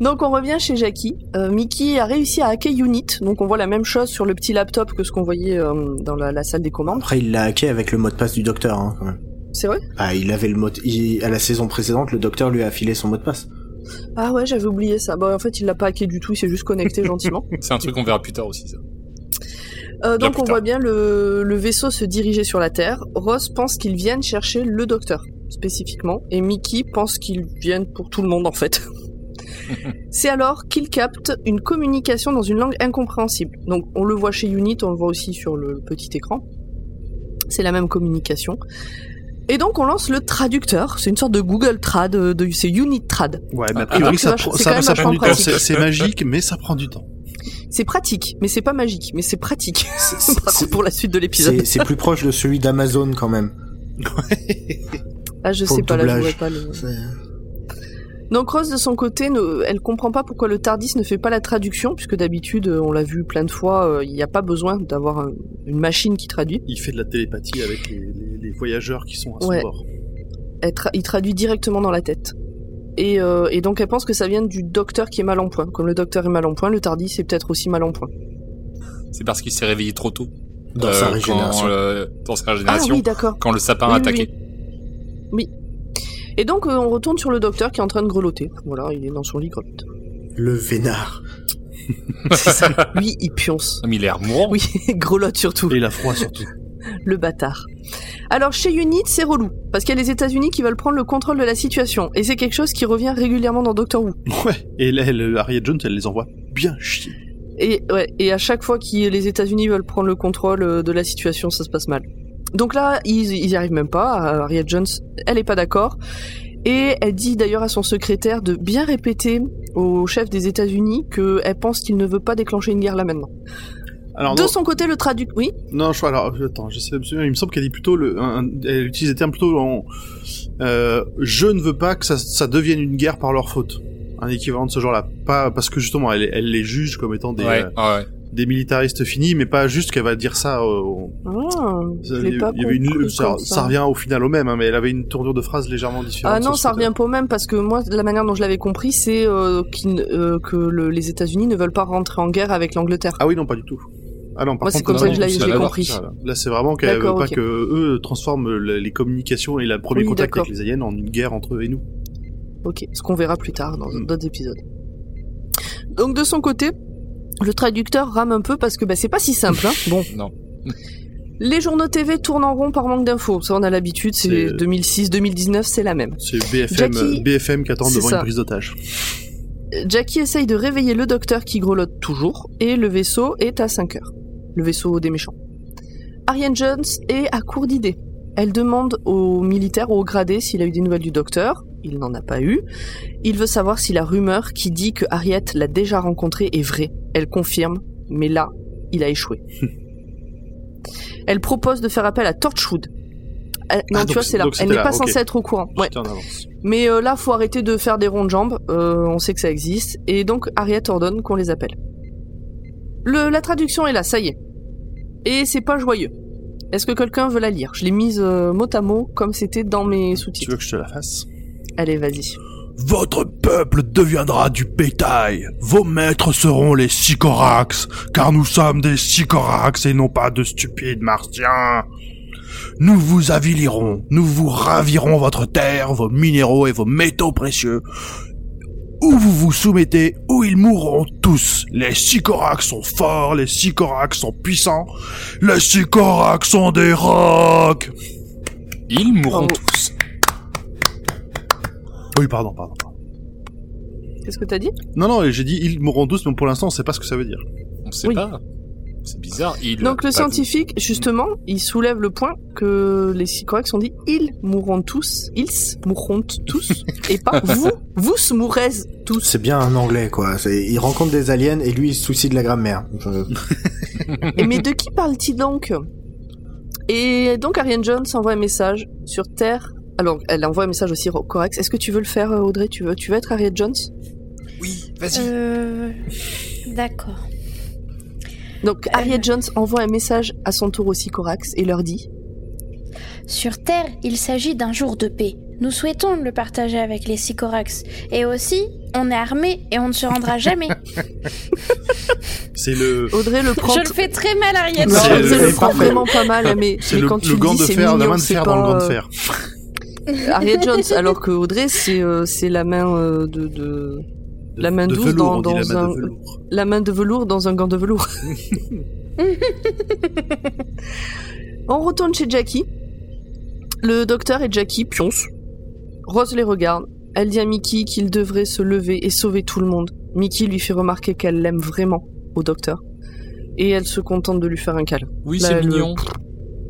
Donc on revient chez Jackie. Euh, Mickey a réussi à hacker Unit, donc on voit la même chose sur le petit laptop que ce qu'on voyait euh, dans la, la salle des commandes. Après, il l'a hacké avec le mot de passe du docteur. Hein, quand même. C'est vrai Ah, il avait le mot. il- À la saison précédente, le docteur lui a affilé son mot de passe. Ah ouais, j'avais oublié ça. Bah en fait, il l'a pas hacké du tout, il s'est juste connecté gentiment. c'est un truc qu'on verra plus tard aussi, ça. Euh, donc plus on tard. voit bien le, le vaisseau se diriger sur la Terre. Ross pense qu'ils viennent chercher le docteur, spécifiquement, et Mickey pense qu'ils viennent pour tout le monde en fait. C'est alors qu'il capte une communication dans une langue incompréhensible. Donc on le voit chez Unit, on le voit aussi sur le petit écran. C'est la même communication. Et donc on lance le traducteur, c'est une sorte de Google Trad, euh, de, c'est Unit Trad. Ouais, mais a Ah, priori, donc, ça, c'est prend- vach- c'est ça, quand ça même prend du temps. vachement C'est c'est magique, mais ça prend du temps. C'est pratique, mais c'est pas magique, mais c'est pratique C'est- Par c'est- contre, pour la suite de l'épisode. c'est- c'est plus proche de celui d'Amazon quand même. Ah je pour sais le pas, là je doublage. vois pas le... C'est- Donc Rose de son côté, ne, elle comprend pas pourquoi le Tardis ne fait pas la traduction, puisque d'habitude, euh, on l'a vu plein de fois, euh, il n'y a pas besoin d'avoir un- une machine qui traduit. Il fait de la télépathie avec les, les- les voyageurs qui sont à son Ouais. bord. Elle tra- il traduit directement dans la tête. Et, euh, et donc elle pense que ça vient du docteur qui est mal en point. Comme le docteur est mal en point, le Tardis est peut-être aussi mal en point. C'est parce qu'il s'est réveillé trop tôt. Dans Euh, sa quand régénération. le- dans sa Ah régénération. oui, d'accord. Quand le sapin a Oui, attaqué. Et donc euh, on retourne sur le docteur qui est en train de grelotter. Voilà, il est dans son lit grelotte. Le vénard. C'est ça. Lui, il pionce. Ah, Mais il est mourant. Oui, grelotte surtout. Et il a froid surtout. le bâtard. Alors chez Unit, c'est relou, parce qu'il y a les États-Unis qui veulent prendre le contrôle de la situation, et c'est quelque chose qui revient régulièrement dans Doctor Who. Ouais. Et là, le Harriet Jones, elle les envoie bien chier. Et, ouais, et à chaque fois que les États-Unis veulent prendre le contrôle euh, de la situation, ça se passe mal. Donc là, ils, ils y arrivent même pas. euh, Harriet Jones, elle est pas d'accord. Et elle dit d'ailleurs à son secrétaire de bien répéter au chef des États-Unis qu'elle pense qu'il ne veut pas déclencher une guerre là maintenant. Alors, de non, son côté, le traduit. Oui, non, je crois, alors, euh, attends, je sais absolument, il me semble qu'elle dit plutôt le, un- un- elle utilise des termes plutôt en, euh, je ne veux pas que ça, ça devienne une guerre par leur faute. Un équivalent de ce genre-là. Pas, parce que justement, elle, elle les juge comme étant des, Ouais, euh, ah ouais. des militaristes finis, mais pas juste qu'elle va dire ça aux, Ah, je l'ai il y pas avait une- compris ça, comme ça revient au final au même, hein, mais elle avait une tournure de phrase légèrement différente. Ah non, sur ce ça côté-là. revient pas au même parce que moi, la manière dont je l'avais compris, c'est euh, qu'il- euh, que le- les États-Unis ne veulent pas rentrer en guerre avec l'Angleterre. Ah oui, non, pas du tout. Ah non, par moi, c'est contre, comme non, ça que non, je l'ai- ça je l'ai l'adore, compris. ça, là. Là, c'est vraiment qu'elle veut D'accord, pas ok. que eux transforment le- les communications et le premier Oui, contact d'accord. avec les aliens en une guerre entre eux et nous. Ok, ce qu'on verra plus tard dans Mm. d'autres épisodes. Donc de son côté, le traducteur rame un peu parce que bah, c'est pas si simple. hein. Bon, Non. les journaux TV tournent en rond par manque d'infos. Ça, on a l'habitude. C'est C'est- 2006, 2019, c'est la même. C'est BFM, Jackie- euh, BFM qui attend C'est devant ça. une prise d'otage. Jackie essaye de réveiller le docteur qui grelotte toujours, et le vaisseau est à 5 heures. Le vaisseau des méchants. Ariane Jones est à court d'idées. Elle demande au militaire ou au gradé s'il a eu des nouvelles du docteur. Il n'en a pas eu. Il veut savoir si la rumeur qui dit que Harriet l'a déjà rencontré est vraie. Elle confirme, mais là, il a échoué. elle propose de faire appel à Torchwood. Elle- Ah, non, tu donc vois, c'est- c'est là. donc Elle c'était n'est là, pas ok. censée être au courant. Ouais. J'étais en avance. Mais euh, là, faut arrêter de faire des ronds de jambes. euh, on sait que ça existe. Et donc, Harriet ordonne qu'on les appelle. Le, la traduction est là, ça y est. Et c'est pas joyeux. Est-ce que quelqu'un veut la lire Je l'ai mise euh, mot à mot comme c'était dans mes Tu sous-titres. veux que je te la fasse Allez, vas-y. Votre peuple deviendra du bétail. Vos maîtres seront les sycorax, car nous sommes des sycorax et non pas de stupides martiens. Nous vous avilirons, nous vous ravirons votre terre, vos minéraux et vos métaux précieux. Où vous vous soumettez, où ils mourront tous. Les sycorax sont forts, les sycorax sont puissants, les sycorax sont des rocs. Ils mourront Bravo. tous. Oui, pardon, pardon. pardon. Qu'est-ce que t'as dit Non, non, j'ai dit ils mourront tous, mais pour l'instant, on sait pas ce que ça veut dire. On sait Oui. pas. C'est bizarre. Ils, Donc pas le vous. scientifique, justement, il soulève le point que les psychoacs sont dit ils mourront tous, ils mourront tous, et pas vous, vous se mourrez tous. C'est bien un anglais, quoi. C'est- Il rencontre des aliens et lui, il se soucie de la grammaire. Euh, Et mais de qui parle-t-il donc Et donc Ariane Jones envoie un message sur Terre. Alors, elle envoie un message aussi au Corax. Est-ce que tu veux le faire, euh, Audrey Tu veux, tu veux être Ariane Jones Oui, vas-y. Euh... D'accord. Euh. Donc, Ariane Jones envoie un message à son tour aussi Corax et leur dit Sur Terre, il s'agit d'un jour de paix. Nous souhaitons le partager avec les Sycorax. Et aussi, on est armés et on ne se rendra jamais. C'est le, Audrey le prend. Je le fais très mal, Ariel. Non, C'est Audrey le- le prend parfait. vraiment pas mal, mais, c'est mais le, quand tu le le gant dis, de c'est fer, la mignon, main de c'est fer pas, dans le gant de euh, fer. Harriet Jones, alors que Audrey, c'est euh, c'est la main euh, de, de- la main de douce velours, dans- on dit dans la main un- de velours. la main de velours dans un gant de velours. On retourne chez Jackie. Le docteur et Jackie pioncent. Rose les regarde. Elle dit à Mickey qu'il devrait se lever et sauver tout le monde. Mickey lui fait remarquer qu'elle l'aime vraiment au docteur. Et elle se contente de lui faire un câlin. Oui, Là, c'est le- mignon.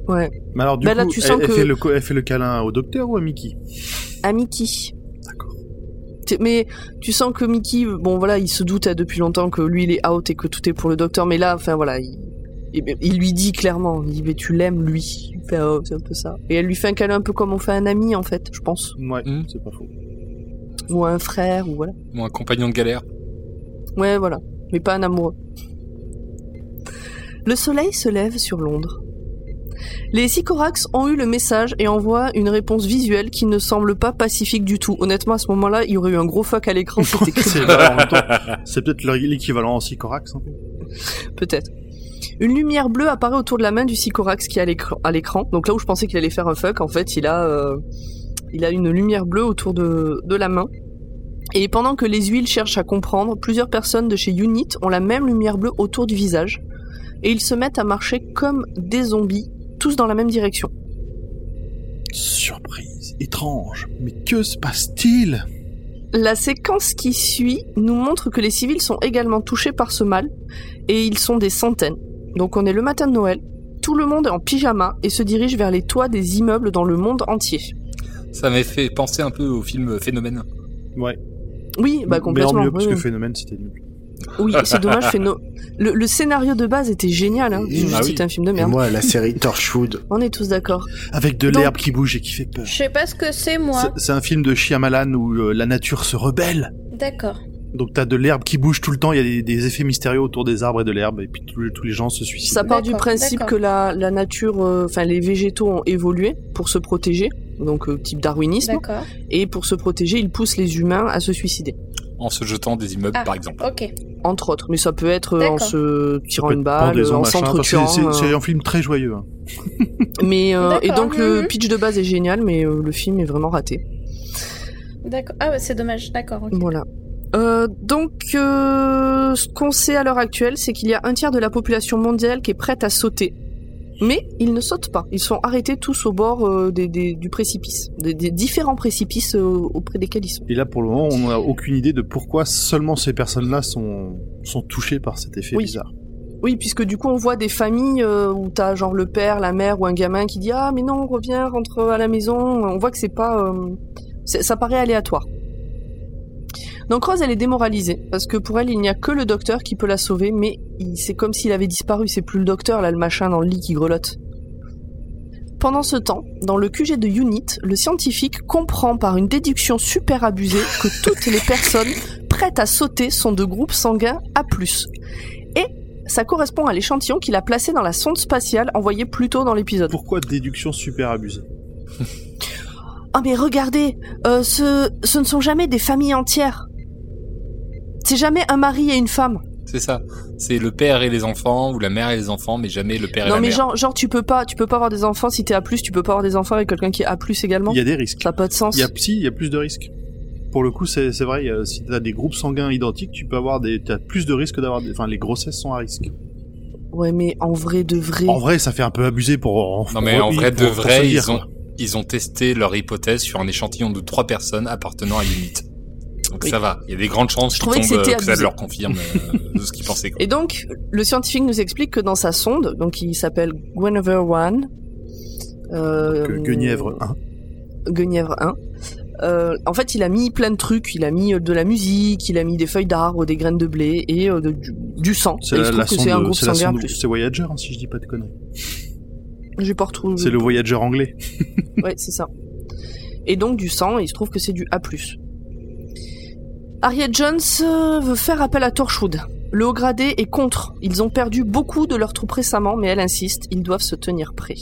Ouais. Mais alors, du Bah, coup, là, tu elle, sens elle que- fait le, co- elle fait le câlin au docteur ou à Mickey à Mickey. D'accord. Mais tu sens que Mickey, bon voilà, il se doute hein, depuis longtemps que lui il est out et que tout est pour le docteur, mais là, enfin voilà, il, il- il lui dit clairement, il dit mais tu l'aimes lui. Il fait, Oh, c'est un peu ça. Et elle lui fait un câlin un peu comme on fait à un ami en fait, je pense, Ouais, Hmm. c'est pas faux. ou à un frère ou voilà. Ou un compagnon de galère. Ouais voilà, mais pas un amoureux. Le soleil se lève sur Londres. Les Sycorax ont eu le message et envoient une réponse visuelle qui ne semble pas pacifique du tout. Honnêtement, à ce moment-là, il y aurait eu un gros fuck à l'écran. C'était C'est bah, en même temps, c'est peut-être leur- l'équivalent en Sycorax. hein. peut-être. Une lumière bleue apparaît autour de la main du Sycorax qui est à l'écran- à l'écran. Donc là où je pensais qu'il allait faire un fuck, en fait, il a, euh, il a une lumière bleue autour de, de la main. Et pendant que les huiles cherchent à comprendre, plusieurs personnes de chez Unit ont la même lumière bleue autour du visage. Et ils se mettent à marcher comme des zombies, tous dans la même direction. Surprise, étrange. Mais que se passe-t-il La séquence qui suit nous montre que les civils sont également touchés par ce mal, et ils sont des centaines. Donc on est le matin de Noël, tout le monde est en pyjama et se dirige vers les toits des immeubles dans le monde entier. Ça m'a fait penser un peu au film Phénomène. Ouais, Oui, bah mais en complètement. mieux, oui, parce que oui. Phénomène, c'était nul. Oui, c'est dommage. fait no- le, le scénario de base était génial, hein. Et- juste ah oui. c'était un film de Et merde. moi, la série Torchwood. On est tous d'accord. Avec de Donc- l'herbe qui bouge et qui fait peur. Je sais pas ce que c'est, C'est- moi. C'est un film de Shyamalan où euh, la nature se rebelle. D'accord. Donc t'as de l'herbe qui bouge tout le temps, il y a des, des effets mystérieux autour des arbres et de l'herbe, et puis tous, tous les gens se suicident. Ça part du D'accord, principe d'accord. que la, la nature, euh, enfin les végétaux ont évolué pour se protéger, donc euh, type darwinisme, D'accord. et pour se protéger, ils poussent les humains à se suicider. En se jetant des immeubles, Ah, par exemple. Ok. entre autres. Mais ça peut être euh, en D'accord. se tirant une balle, Pendaison, euh, en machin, parce que s'entretuant. C'est c'est euh, un film très joyeux. hein. Mais euh, et D'accord, donc le mhm. pitch de base est génial, mais euh, le film est vraiment raté. D'accord. Ah, bah, c'est dommage. D'accord. ok. Voilà. Euh, donc, euh, ce qu'on sait à l'heure actuelle, c'est qu'il y a un tiers de la population mondiale qui est prête à sauter. Mais ils ne sautent pas. Ils sont arrêtés tous au bord euh, des, des- du précipice, des, des différents précipices euh, auprès desquels ils sont. Et là, pour le moment, on n'a aucune idée de pourquoi seulement ces personnes-là sont, sont touchées par cet effet Oui. bizarre. Oui, puisque du coup, on voit des familles euh, où t'as genre le père, la mère ou un gamin qui dit Ah, mais non, reviens, rentre à la maison. On voit que c'est pas. euh, c'est- ça paraît aléatoire. Donc Rose, elle est démoralisée parce que pour elle, il n'y a que le docteur qui peut la sauver, mais il- c'est comme s'il avait disparu. C'est plus le docteur, là, le machin dans le lit qui grelotte. Pendant ce temps, dans le QG de Unit, le scientifique comprend par une déduction super abusée que toutes les personnes prêtes à sauter sont de groupes sanguins A+. Et ça correspond à l'échantillon qu'il a placé dans la sonde spatiale envoyée plus tôt dans l'épisode. Pourquoi déduction super abusée Oh mais regardez, euh, ce, ce ne sont jamais des familles entières. C'est jamais un mari et une femme. C'est ça. C'est le père et les enfants ou la mère et les enfants, mais jamais le père et non la mais mère. genre, genre tu peux pas, tu peux pas avoir des enfants si t'es à plus, tu peux pas avoir des enfants avec quelqu'un qui est à plus également. Il y a des risques. Ça n'a pas de sens. Il y a si, il y a plus de risques. Pour le coup, c'est c'est vrai. euh, Si t'as des groupes sanguins identiques, tu peux avoir des, t'as plus de risques d'avoir. des- Enfin, les grossesses sont à risque. Ouais mais en vrai de vrai. En vrai, ça fait un peu abusé pour. Non mais en oui, vrai pour- de pour se vrai, dire, ils ont quoi. ils ont testé leur hypothèse sur un échantillon de trois personnes appartenant à l'unité. Donc Oui. ça va, il y a des grandes chances Je qu'ils trouvais que tombent, c'était euh, que ça abusé. leur confirme euh, ce qu'ils pensaient. quoi. Et donc, le scientifique nous explique que dans sa sonde, donc il s'appelle Guinevere 1, euh, Que Guenièvre, hein. Guenièvre 1, euh, en fait, il a mis plein de trucs. Il a mis euh, de la musique, il a mis des feuilles d'arbres, des graines de blé et euh, de- du, du sang. C'est Et il la, se la trouve que c'est un sonde, groupe c'est la sanguin sonde- plus. c'est Voyager, hein, si je dis pas de conneries. J'ai pas retrouvé. C'est le Voyager anglais. Ouais, c'est ça. Et donc du sang, et il se trouve que c'est du A+. Harriet Jones euh, veut faire appel à Torchwood. Le haut gradé est contre. Ils ont perdu beaucoup de leurs troupes récemment, mais elle insiste, ils doivent se tenir prêts.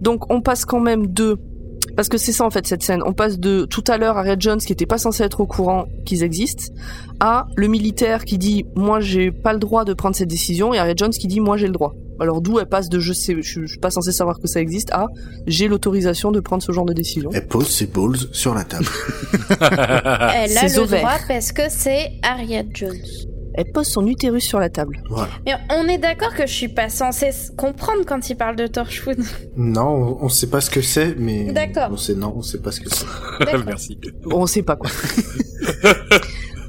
Donc on passe quand même de... Parce que c'est ça en fait cette scène. On passe de tout à l'heure Harriet Jones qui était pas censée être au courant qu'ils existent, à le militaire qui dit moi j'ai pas le droit de prendre cette décision, et Harriet Jones qui dit moi j'ai le droit. Alors d'où elle passe de je sais, je je suis pas censée savoir que ça existe, à j'ai l'autorisation de prendre ce genre de décision. Elle pose ses balls sur la table. Elle a Ses le ovaires. droit parce que c'est Harriet Jones. Elle pose son utérus sur la table. Voilà. Mais on est d'accord que je suis pas censée s- comprendre quand il parle de Torchwood. Non, on, on sait pas ce que c'est, mais. D'accord. On sait, non, on sait pas ce que c'est. D'accord. Merci. Bon, on sait pas quoi.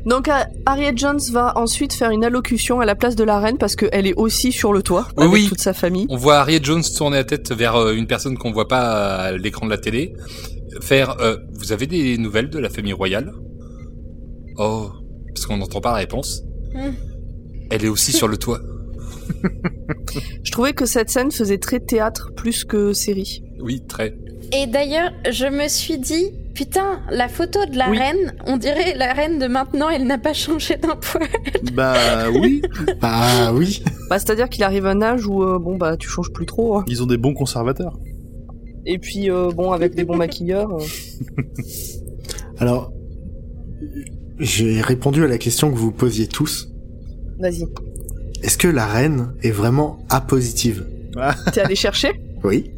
Donc euh, Harriet Jones va ensuite faire une allocution à la place de la reine parce qu'elle est aussi sur le toit Oui, avec oui. toute sa famille. On voit Harriet Jones tourner la tête vers euh, une personne qu'on voit pas euh, à l'écran de la télé. Faire euh, Vous avez des nouvelles de la famille royale Oh, parce qu'on n'entend pas la réponse. Hmm. Elle est aussi sur le toit. Je trouvais que cette scène faisait très théâtre plus que série. Oui, très. Et d'ailleurs, je me suis dit, putain, la photo de la Oui. reine, on dirait la reine de maintenant, elle n'a pas changé d'un poil. bah oui, Ah oui. Bah, c'est-à-dire qu'il arrive un âge où euh, bon bah tu changes plus trop. hein. ils ont des bons conservateurs. Et puis euh, bon avec des bons maquilleurs. euh, Alors, j'ai répondu à la question que vous posiez tous. Vas-y. Est-ce que la reine est vraiment apositive T'es allé chercher Oui.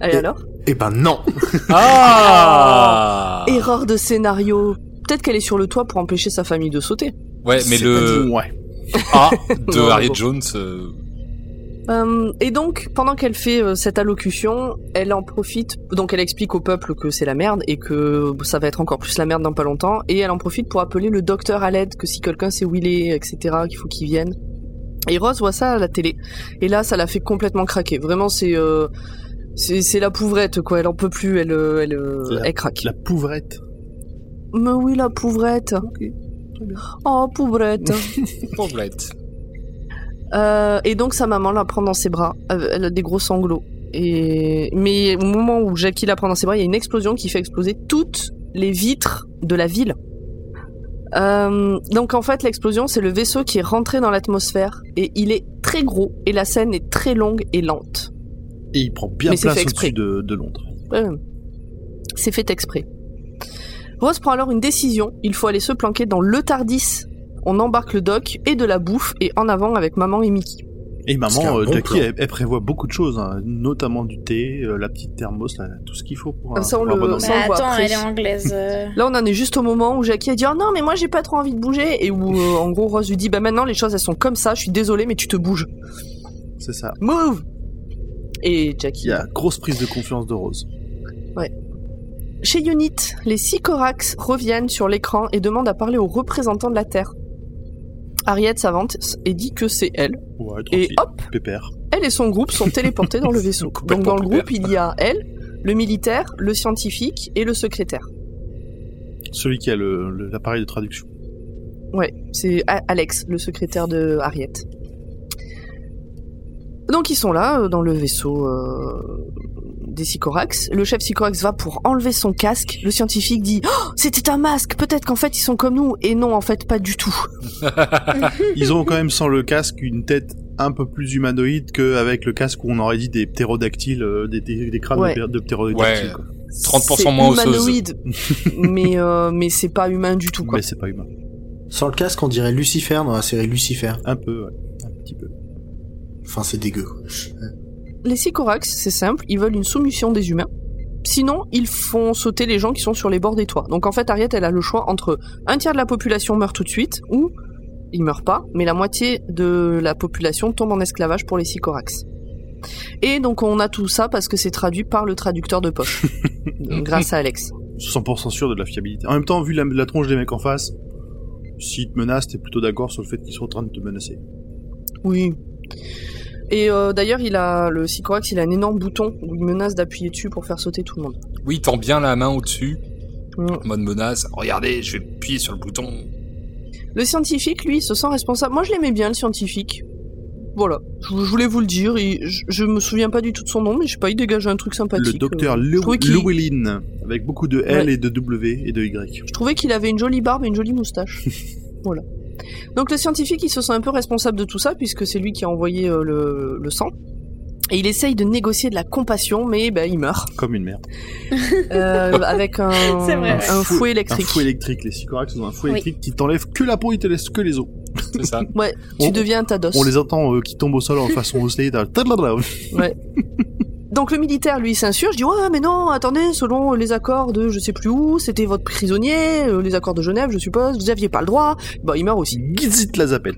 Allez Et- alors. Eh ben non. Ah Erreur de scénario. Peut-être qu'elle est sur le toit pour empêcher sa famille de sauter. Ouais, mais C'est le Ouais. A de Non, Harriet bon. Jones. euh, Euh, et donc, pendant qu'elle fait euh, cette allocution, elle en profite. Donc, elle explique au peuple que c'est la merde et que ça va être encore plus la merde dans pas longtemps. Et elle en profite pour appeler le docteur à l'aide, que si quelqu'un sait où il est, etc., qu'il faut qu'il vienne. Et Rose voit ça à la télé. Et là, ça la fait complètement craquer. Vraiment, c'est euh, c'est c'est la pauvrette, quoi. Elle en peut plus. Elle euh, elle, euh, C'est la- elle craque. La pauvrette. Mais oui, la pauvrette. Oh, pauvrette. Pauvrette. Euh, et donc sa maman la prend dans ses bras. Euh, Elle a des gros sanglots. Et... Mais au moment où Jackie la prend dans ses bras, il y a une explosion qui fait exploser toutes les vitres de la ville. Euh, donc en fait, l'explosion, c'est le vaisseau qui est rentré dans l'atmosphère. Et il est très gros. Et la scène est très longue et lente. Et il prend bien Mais c'est place fait exprès. au-dessus de, de Londres. Euh, C'est fait exprès. Rose prend alors une décision. Il faut aller se planquer dans le Tardis. On embarque le doc et de la bouffe et en avant avec maman et Mickey. Et qu'il y a maman, un euh, bon Jackie, plan. elle, elle prévoit beaucoup de choses, hein, notamment du thé, euh, la petite thermos, là, tout ce qu'il faut pour un, Ça, on pour un le- bon endroit. Ça, on Bah, voit attends, après. elle est anglaise. euh. Là, on en est juste au moment où Jackie a dit Oh non, mais moi j'ai pas trop envie de bouger. Et où euh, en gros Rose lui dit Bah maintenant les choses elles sont comme ça, je suis désolée, mais tu te bouges. C'est ça. Move Et Jackie. Il y a grosse prise de confiance de Rose. Chez Unit, les six Corax reviennent sur l'écran et demandent à parler aux représentants de la Terre. Harriet s'avance et dit que c'est elle. Ouais, tranquille. Et hop, Pépère. elle et son groupe sont téléportés dans le vaisseau. Donc dans le Complètement groupe, il y a elle, le militaire, le scientifique et le secrétaire. Celui qui a le- le- l'appareil de traduction. Ouais, c'est A- Alex, le secrétaire de Harriet. Donc ils sont là, euh, dans le vaisseau euh, des Sycorax. Le chef Sycorax va pour enlever son casque. Le scientifique dit Oh, C'était un masque Peut-être qu'en fait ils sont comme nous. Et non, en fait, pas du tout. Hum, Ils ont quand même sans le casque une tête un peu plus humanoïde qu'avec le casque où on aurait dit des ptérodactyles, euh, des, des, des crânes Ouais. de, pté- de ptérodactyles. Ouais. quoi. 30% c'est moins osseuse. humanoïde, mais euh, mais c'est pas humain du tout quoi. Mais c'est pas humain. Sans le casque, on dirait Lucifer dans la série Lucifer. Un peu, ouais. Un petit peu. Enfin, c'est dégueu. quoi. Les Sycorax, c'est simple, ils veulent une soumission des humains. Sinon, ils font sauter les gens qui sont sur les bords des toits. Donc en fait, Ariette, elle a le choix entre un tiers de la population meurt tout de suite ou ils meurent pas, mais la moitié de la population tombe en esclavage pour les Sycorax. Et donc on a tout ça parce que c'est traduit par le traducteur de poche, Donc, grâce à Alex. 100% sûr de la fiabilité. En même temps, vu la, la tronche des mecs en face, s'ils te menacent, t'es plutôt d'accord sur le fait qu'ils sont en train de te menacer. Oui. Et euh, d'ailleurs, il a le Sycorax, il a un énorme bouton où il menace d'appuyer dessus pour faire sauter tout le monde. Oui, il tend bien la main au-dessus, Mm. en mode menace. Regardez, je vais appuyer sur le bouton. Le scientifique, lui, il se sent responsable. Moi, je l'aimais bien, le scientifique. Voilà, je, je voulais vous le dire. il- je, je me souviens pas du tout de son nom, mais je sais pas, il dégageait un truc sympathique. Le docteur Euh, je trouvais qu'il- Llewellyn, avec beaucoup de L Ouais. et de W et de Y. euh. Je trouvais qu'il avait une jolie barbe et une jolie moustache. voilà. Donc le scientifique, il se sent un peu responsable de tout ça, puisque c'est lui qui a envoyé euh, le, le sang. Et il essaye de négocier de la compassion, mais ben, il meurt. Comme une merde. Euh, avec un, C'est vrai, un ouais. Un fouet- fouet Un électrique. fouet électrique, les Sycorax ont un fouet Oui. électrique qui t'enlève que la peau, ils te laissent que les os. C'est ça. Ouais, On- tu deviens un Tados. On les entend euh, qui tombent au sol en façon Osley. t'as- Donc le militaire, lui, s'insurge, dit ouais, mais non, attendez, selon les accords de je sais plus où, c'était votre prisonnier, euh, les accords de Genève, je suppose, vous aviez pas le droit. Bah, il meurt aussi. Gizit la zapette.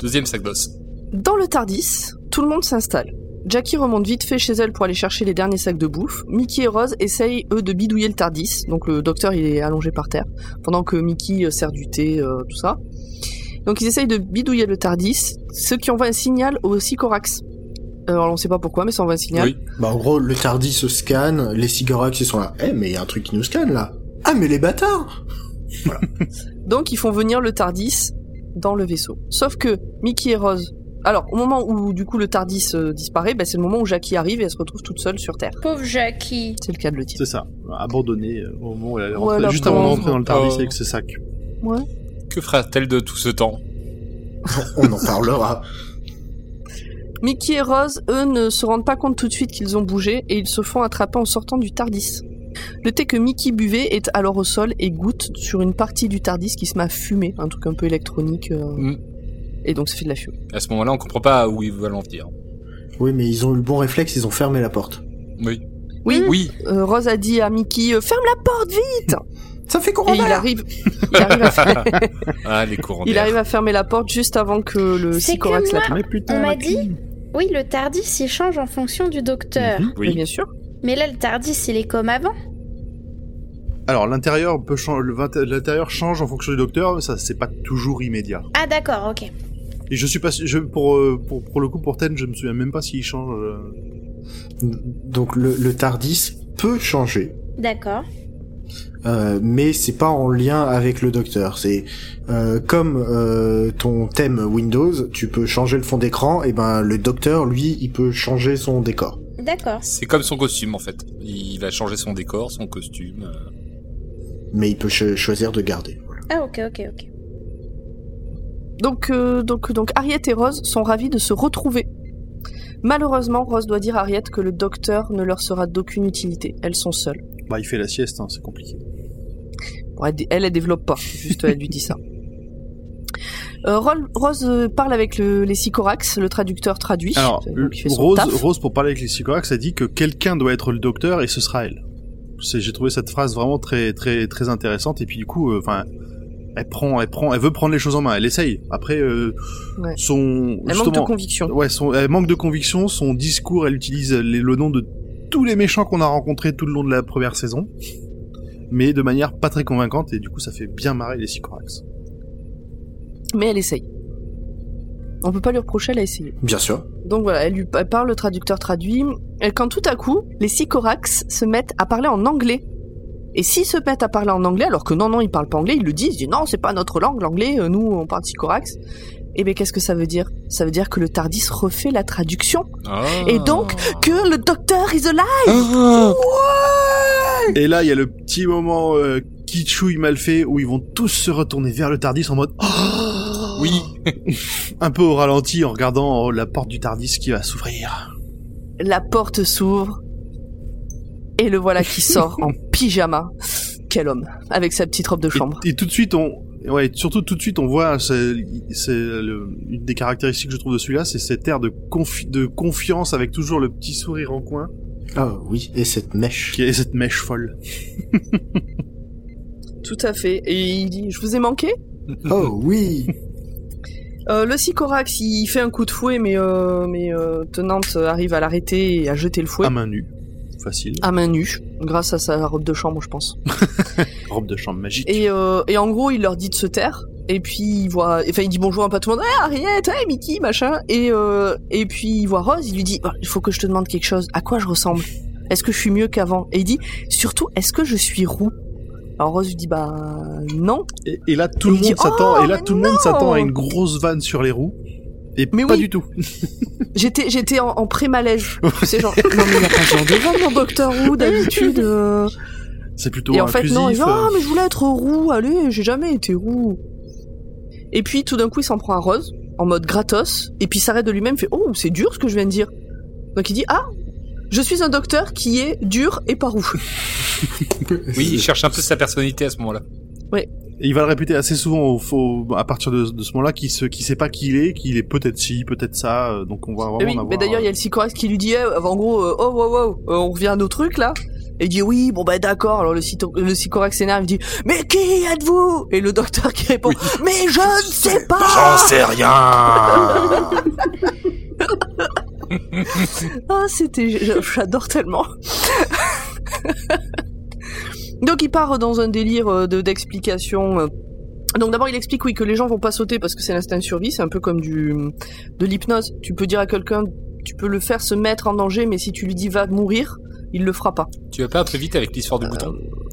Deuxième sac d'os. Dans le Tardis, tout le monde s'installe. Jackie remonte vite fait chez elle pour aller chercher les derniers sacs de bouffe. Mickey et Rose essayent, eux, de bidouiller le Tardis. Donc le docteur, il est allongé par terre, pendant que Mickey euh, sert du thé, euh, tout ça. Donc ils essayent de bidouiller le Tardis, ce qui envoie un signal au Sycorax. Euh, Alors on sait pas pourquoi, mais ça envoie un signal. Oui. Bah, en gros, le Tardis se scanne, les Sigarax, ils sont là. Eh, mais il y a un truc qui nous scanne, là. Ah, mais les bâtards! Donc ils font venir le Tardis dans le vaisseau. Sauf que Mickey et Rose. Alors au moment où du coup le Tardis euh, disparaît, bah, c'est le moment où Jackie arrive et elle se retrouve toute seule sur Terre. Pauvre Jackie. C'est le cas de le dire. C'est ça. Abandonné euh, au moment où elle est Ouais, la rentrée. Juste avant pauvre. d'entrer dans le Tardis Oh. avec ses sacs. Que fera-t-elle de tout ce temps On en parlera. Mickey et Rose, eux, ne se rendent pas compte tout de suite qu'ils ont bougé et ils se font attraper en sortant du Tardis. Le thé que Mickey buvait est alors au sol et goutte sur une partie du Tardis qui se met à fumer, un truc un peu électronique. euh, Mm. Et donc ça fait de la fumée. À ce moment-là, on comprend pas où ils veulent en venir. Oui, mais ils ont eu le bon réflexe, ils ont fermé la porte. Oui. Oui. Oui. Euh, Rose a dit à Mickey euh, Ferme la porte, vite Ça fait Et qu'on il arrive, il arrive à fer- ah, les courants il d'air. arrive à fermer la porte juste avant que le C'est Sycorax que la Mais putain. Ah, On m'a la dit- clim. Oui, le Tardis, il change en fonction du docteur. Mhm. Mais Oui. bien sûr. Mais là, le Tardis, il est comme avant. Alors l'intérieur peut changer. L'intérieur change en fonction du docteur. mais Ça c'est pas toujours immédiat. Ah, d'accord, ok. Et je suis pas. Je, pour, euh, pour pour le coup pour Ten, je me souviens même pas s'il change. euh, Donc, le, le Tardis peut changer. D'accord. Euh, mais c'est pas en lien avec le docteur. C'est euh, comme euh, ton thème Windows, tu peux changer le fond d'écran, et ben le docteur, lui, il peut changer son décor. D'accord. C'est comme son costume en fait. Il va changer son décor, son costume. euh. Mais il peut cho- choisir de garder. Ah, ok, ok, ok. Donc, euh, donc, donc, Ariette et Rose sont ravis de se retrouver. Malheureusement, Rose doit dire à Ariette que le docteur ne leur sera d'aucune utilité. Elles sont seules. Bah il fait la sieste. hein, c'est compliqué. Bon, elle, dé- elle, elle développe pas. Juste, elle lui dit ça. Euh, Ro- Rose euh, parle avec le- les Sycorax, le traducteur traduit. Alors Donc, il fait son Rose taf. Rose pour parler avec les Sycorax a dit que quelqu'un doit être le docteur et ce sera elle. C'est j'ai trouvé cette phrase vraiment très très très intéressante et puis du coup euh, enfin. elle prend, elle prend, elle veut prendre les choses en main. Elle essaye. Après, euh, Ouais. son Elle manque de justement, conviction. Ouais, son, elle manque de conviction, son discours, elle utilise euh, les- le nom de tous les méchants qu'on a rencontrés tout le long de la première saison, mais de manière pas très convaincante, et du coup ça fait bien marrer les Sycorax. Mais elle essaye. On peut pas lui reprocher, elle a essayé. Bien sûr. Donc voilà, elle lui elle parle, le traducteur traduit. Et quand tout à coup, les Sycorax se mettent à parler en anglais. Et s'ils se mettent à parler en anglais, alors que non, non, ils parlent pas anglais, ils le disent, ils disent non, c'est pas notre langue, l'anglais, euh, nous, on parle Sycorax. Et bien, qu'est-ce que ça veut dire Ça veut dire que le Tardis refait la traduction. Ah. Et donc, Que le docteur is alive Ah. Et là il y a le petit moment euh, kitschouille mal fait où ils vont tous se retourner vers le Tardis en mode Oh Oui. un peu au ralenti en regardant euh, la porte du Tardis qui va s'ouvrir. La porte s'ouvre. Et le voilà qui sort en pyjama. Quel homme, avec sa petite robe de Et- chambre. Et, tout de suite, on, ouais, surtout tout de suite, on voit, c'est c'est le- une des caractéristiques que je trouve de celui-là, c'est cet air de, confi- de confiance avec toujours le petit sourire en coin Ah oui, et cette mèche. qui est cette mèche folle. Tout à fait. Et il dit, je vous ai manqué Oh oui Euh, le Sycorax, il fait un coup de fouet, mais, euh, mais euh, Tenante arrive à l'arrêter et à jeter le fouet. À main nue. Facile. À main nue, grâce à sa robe de chambre, je pense. Robe de chambre magique. Et, euh, et en gros, il leur dit de se taire. Et puis il voit, enfin il dit bonjour un peu à tout le monde. Ah Ariette, ah Mickey, machin. Et euh, et puis il voit Rose, il lui dit Oh, il faut que je te demande quelque chose. À quoi je ressemble Est-ce que je suis mieux qu'avant Et il dit surtout est-ce que je suis roux Alors Rose lui dit bah non. Et, et là, tout le Il dit, monde s'attend, Oh, et là, mais tout le monde non s'attend à une grosse vanne sur les roues. Et Mais pas oui. du tout. J'étais j'étais en, en pré malaise. C'est genre non mais il a pas ce genre de vanne dans Doctor Who d'habitude. euh. C'est plutôt et en fait, inclusif. non, il dit, ah, euh, mais je voulais être roux, allez, j'ai jamais été roux. Et puis, tout d'un coup, il s'en prend à Rose, en mode gratos, et puis il s'arrête de lui-même, fait, oh, c'est dur ce que je viens de dire. Donc il dit, ah, je suis un docteur qui est dur et pas roux. Oui, il cherche un peu sa personnalité à ce moment-là. et il va le répéter assez souvent au, au- à partir de, de ce moment-là qu'il se, qu'il sait pas qui il est, qu'il est peut-être ci, peut-être ça, euh, donc on va vraiment hein. Et Ah oui, en avoir, mais d'ailleurs, il y a le psychorax qui lui dit, eh, en gros, euh, oh, wow, wow, euh, on revient à nos trucs, là. Et il dit, oui, bon, bah, d'accord. Alors, le, cyto- le psychorax s'énerve, il dit, mais qui êtes-vous? Et le docteur qui répond, mais je ne sais pas! sais rien Ah, c'était. j'a- J'adore tellement. Donc, il part dans un délire euh, de d'explication. euh. Donc, d'abord, il explique, oui, que les gens vont pas sauter parce que c'est l'instinct de survie. C'est un peu comme du de l'hypnose. Tu peux dire à quelqu'un, tu peux le faire se mettre en danger, mais si tu lui dis va mourir, il le fera pas. Tu vas pas très vite avec l'histoire du bouton.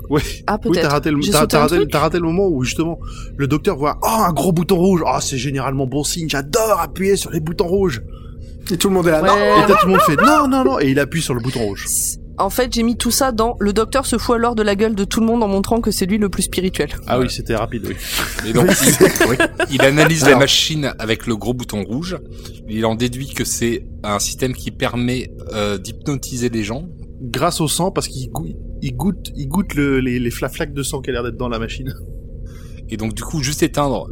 Ouais. Ah, Oui, t'as peut-être. raté, le, J'ai t'as- sauté t'as un raté- truc. t'as raté le moment où justement le docteur voit oh, un gros bouton rouge, oh, c'est généralement bon signe, j'adore appuyer sur les boutons rouges. Et tout le monde est là, Ouais. non Et là, tout le monde fait non, non, non, et il appuie sur le bouton rouge. En fait, j'ai mis tout ça dans le docteur se fout alors de la gueule de tout le monde en montrant que c'est lui le plus spirituel. Ah oui, c'était rapide, oui. Euh. Et donc, il- Oui. Il analyse la Alors. machine avec le gros bouton rouge. Il en déduit que c'est un système qui permet euh, d'hypnotiser les gens. Grâce au sang, parce qu'il goûte, il goûte, il goûte le- les, les flaflacs de sang qui a l'air d'être dans la machine. Et donc, du coup, juste éteindre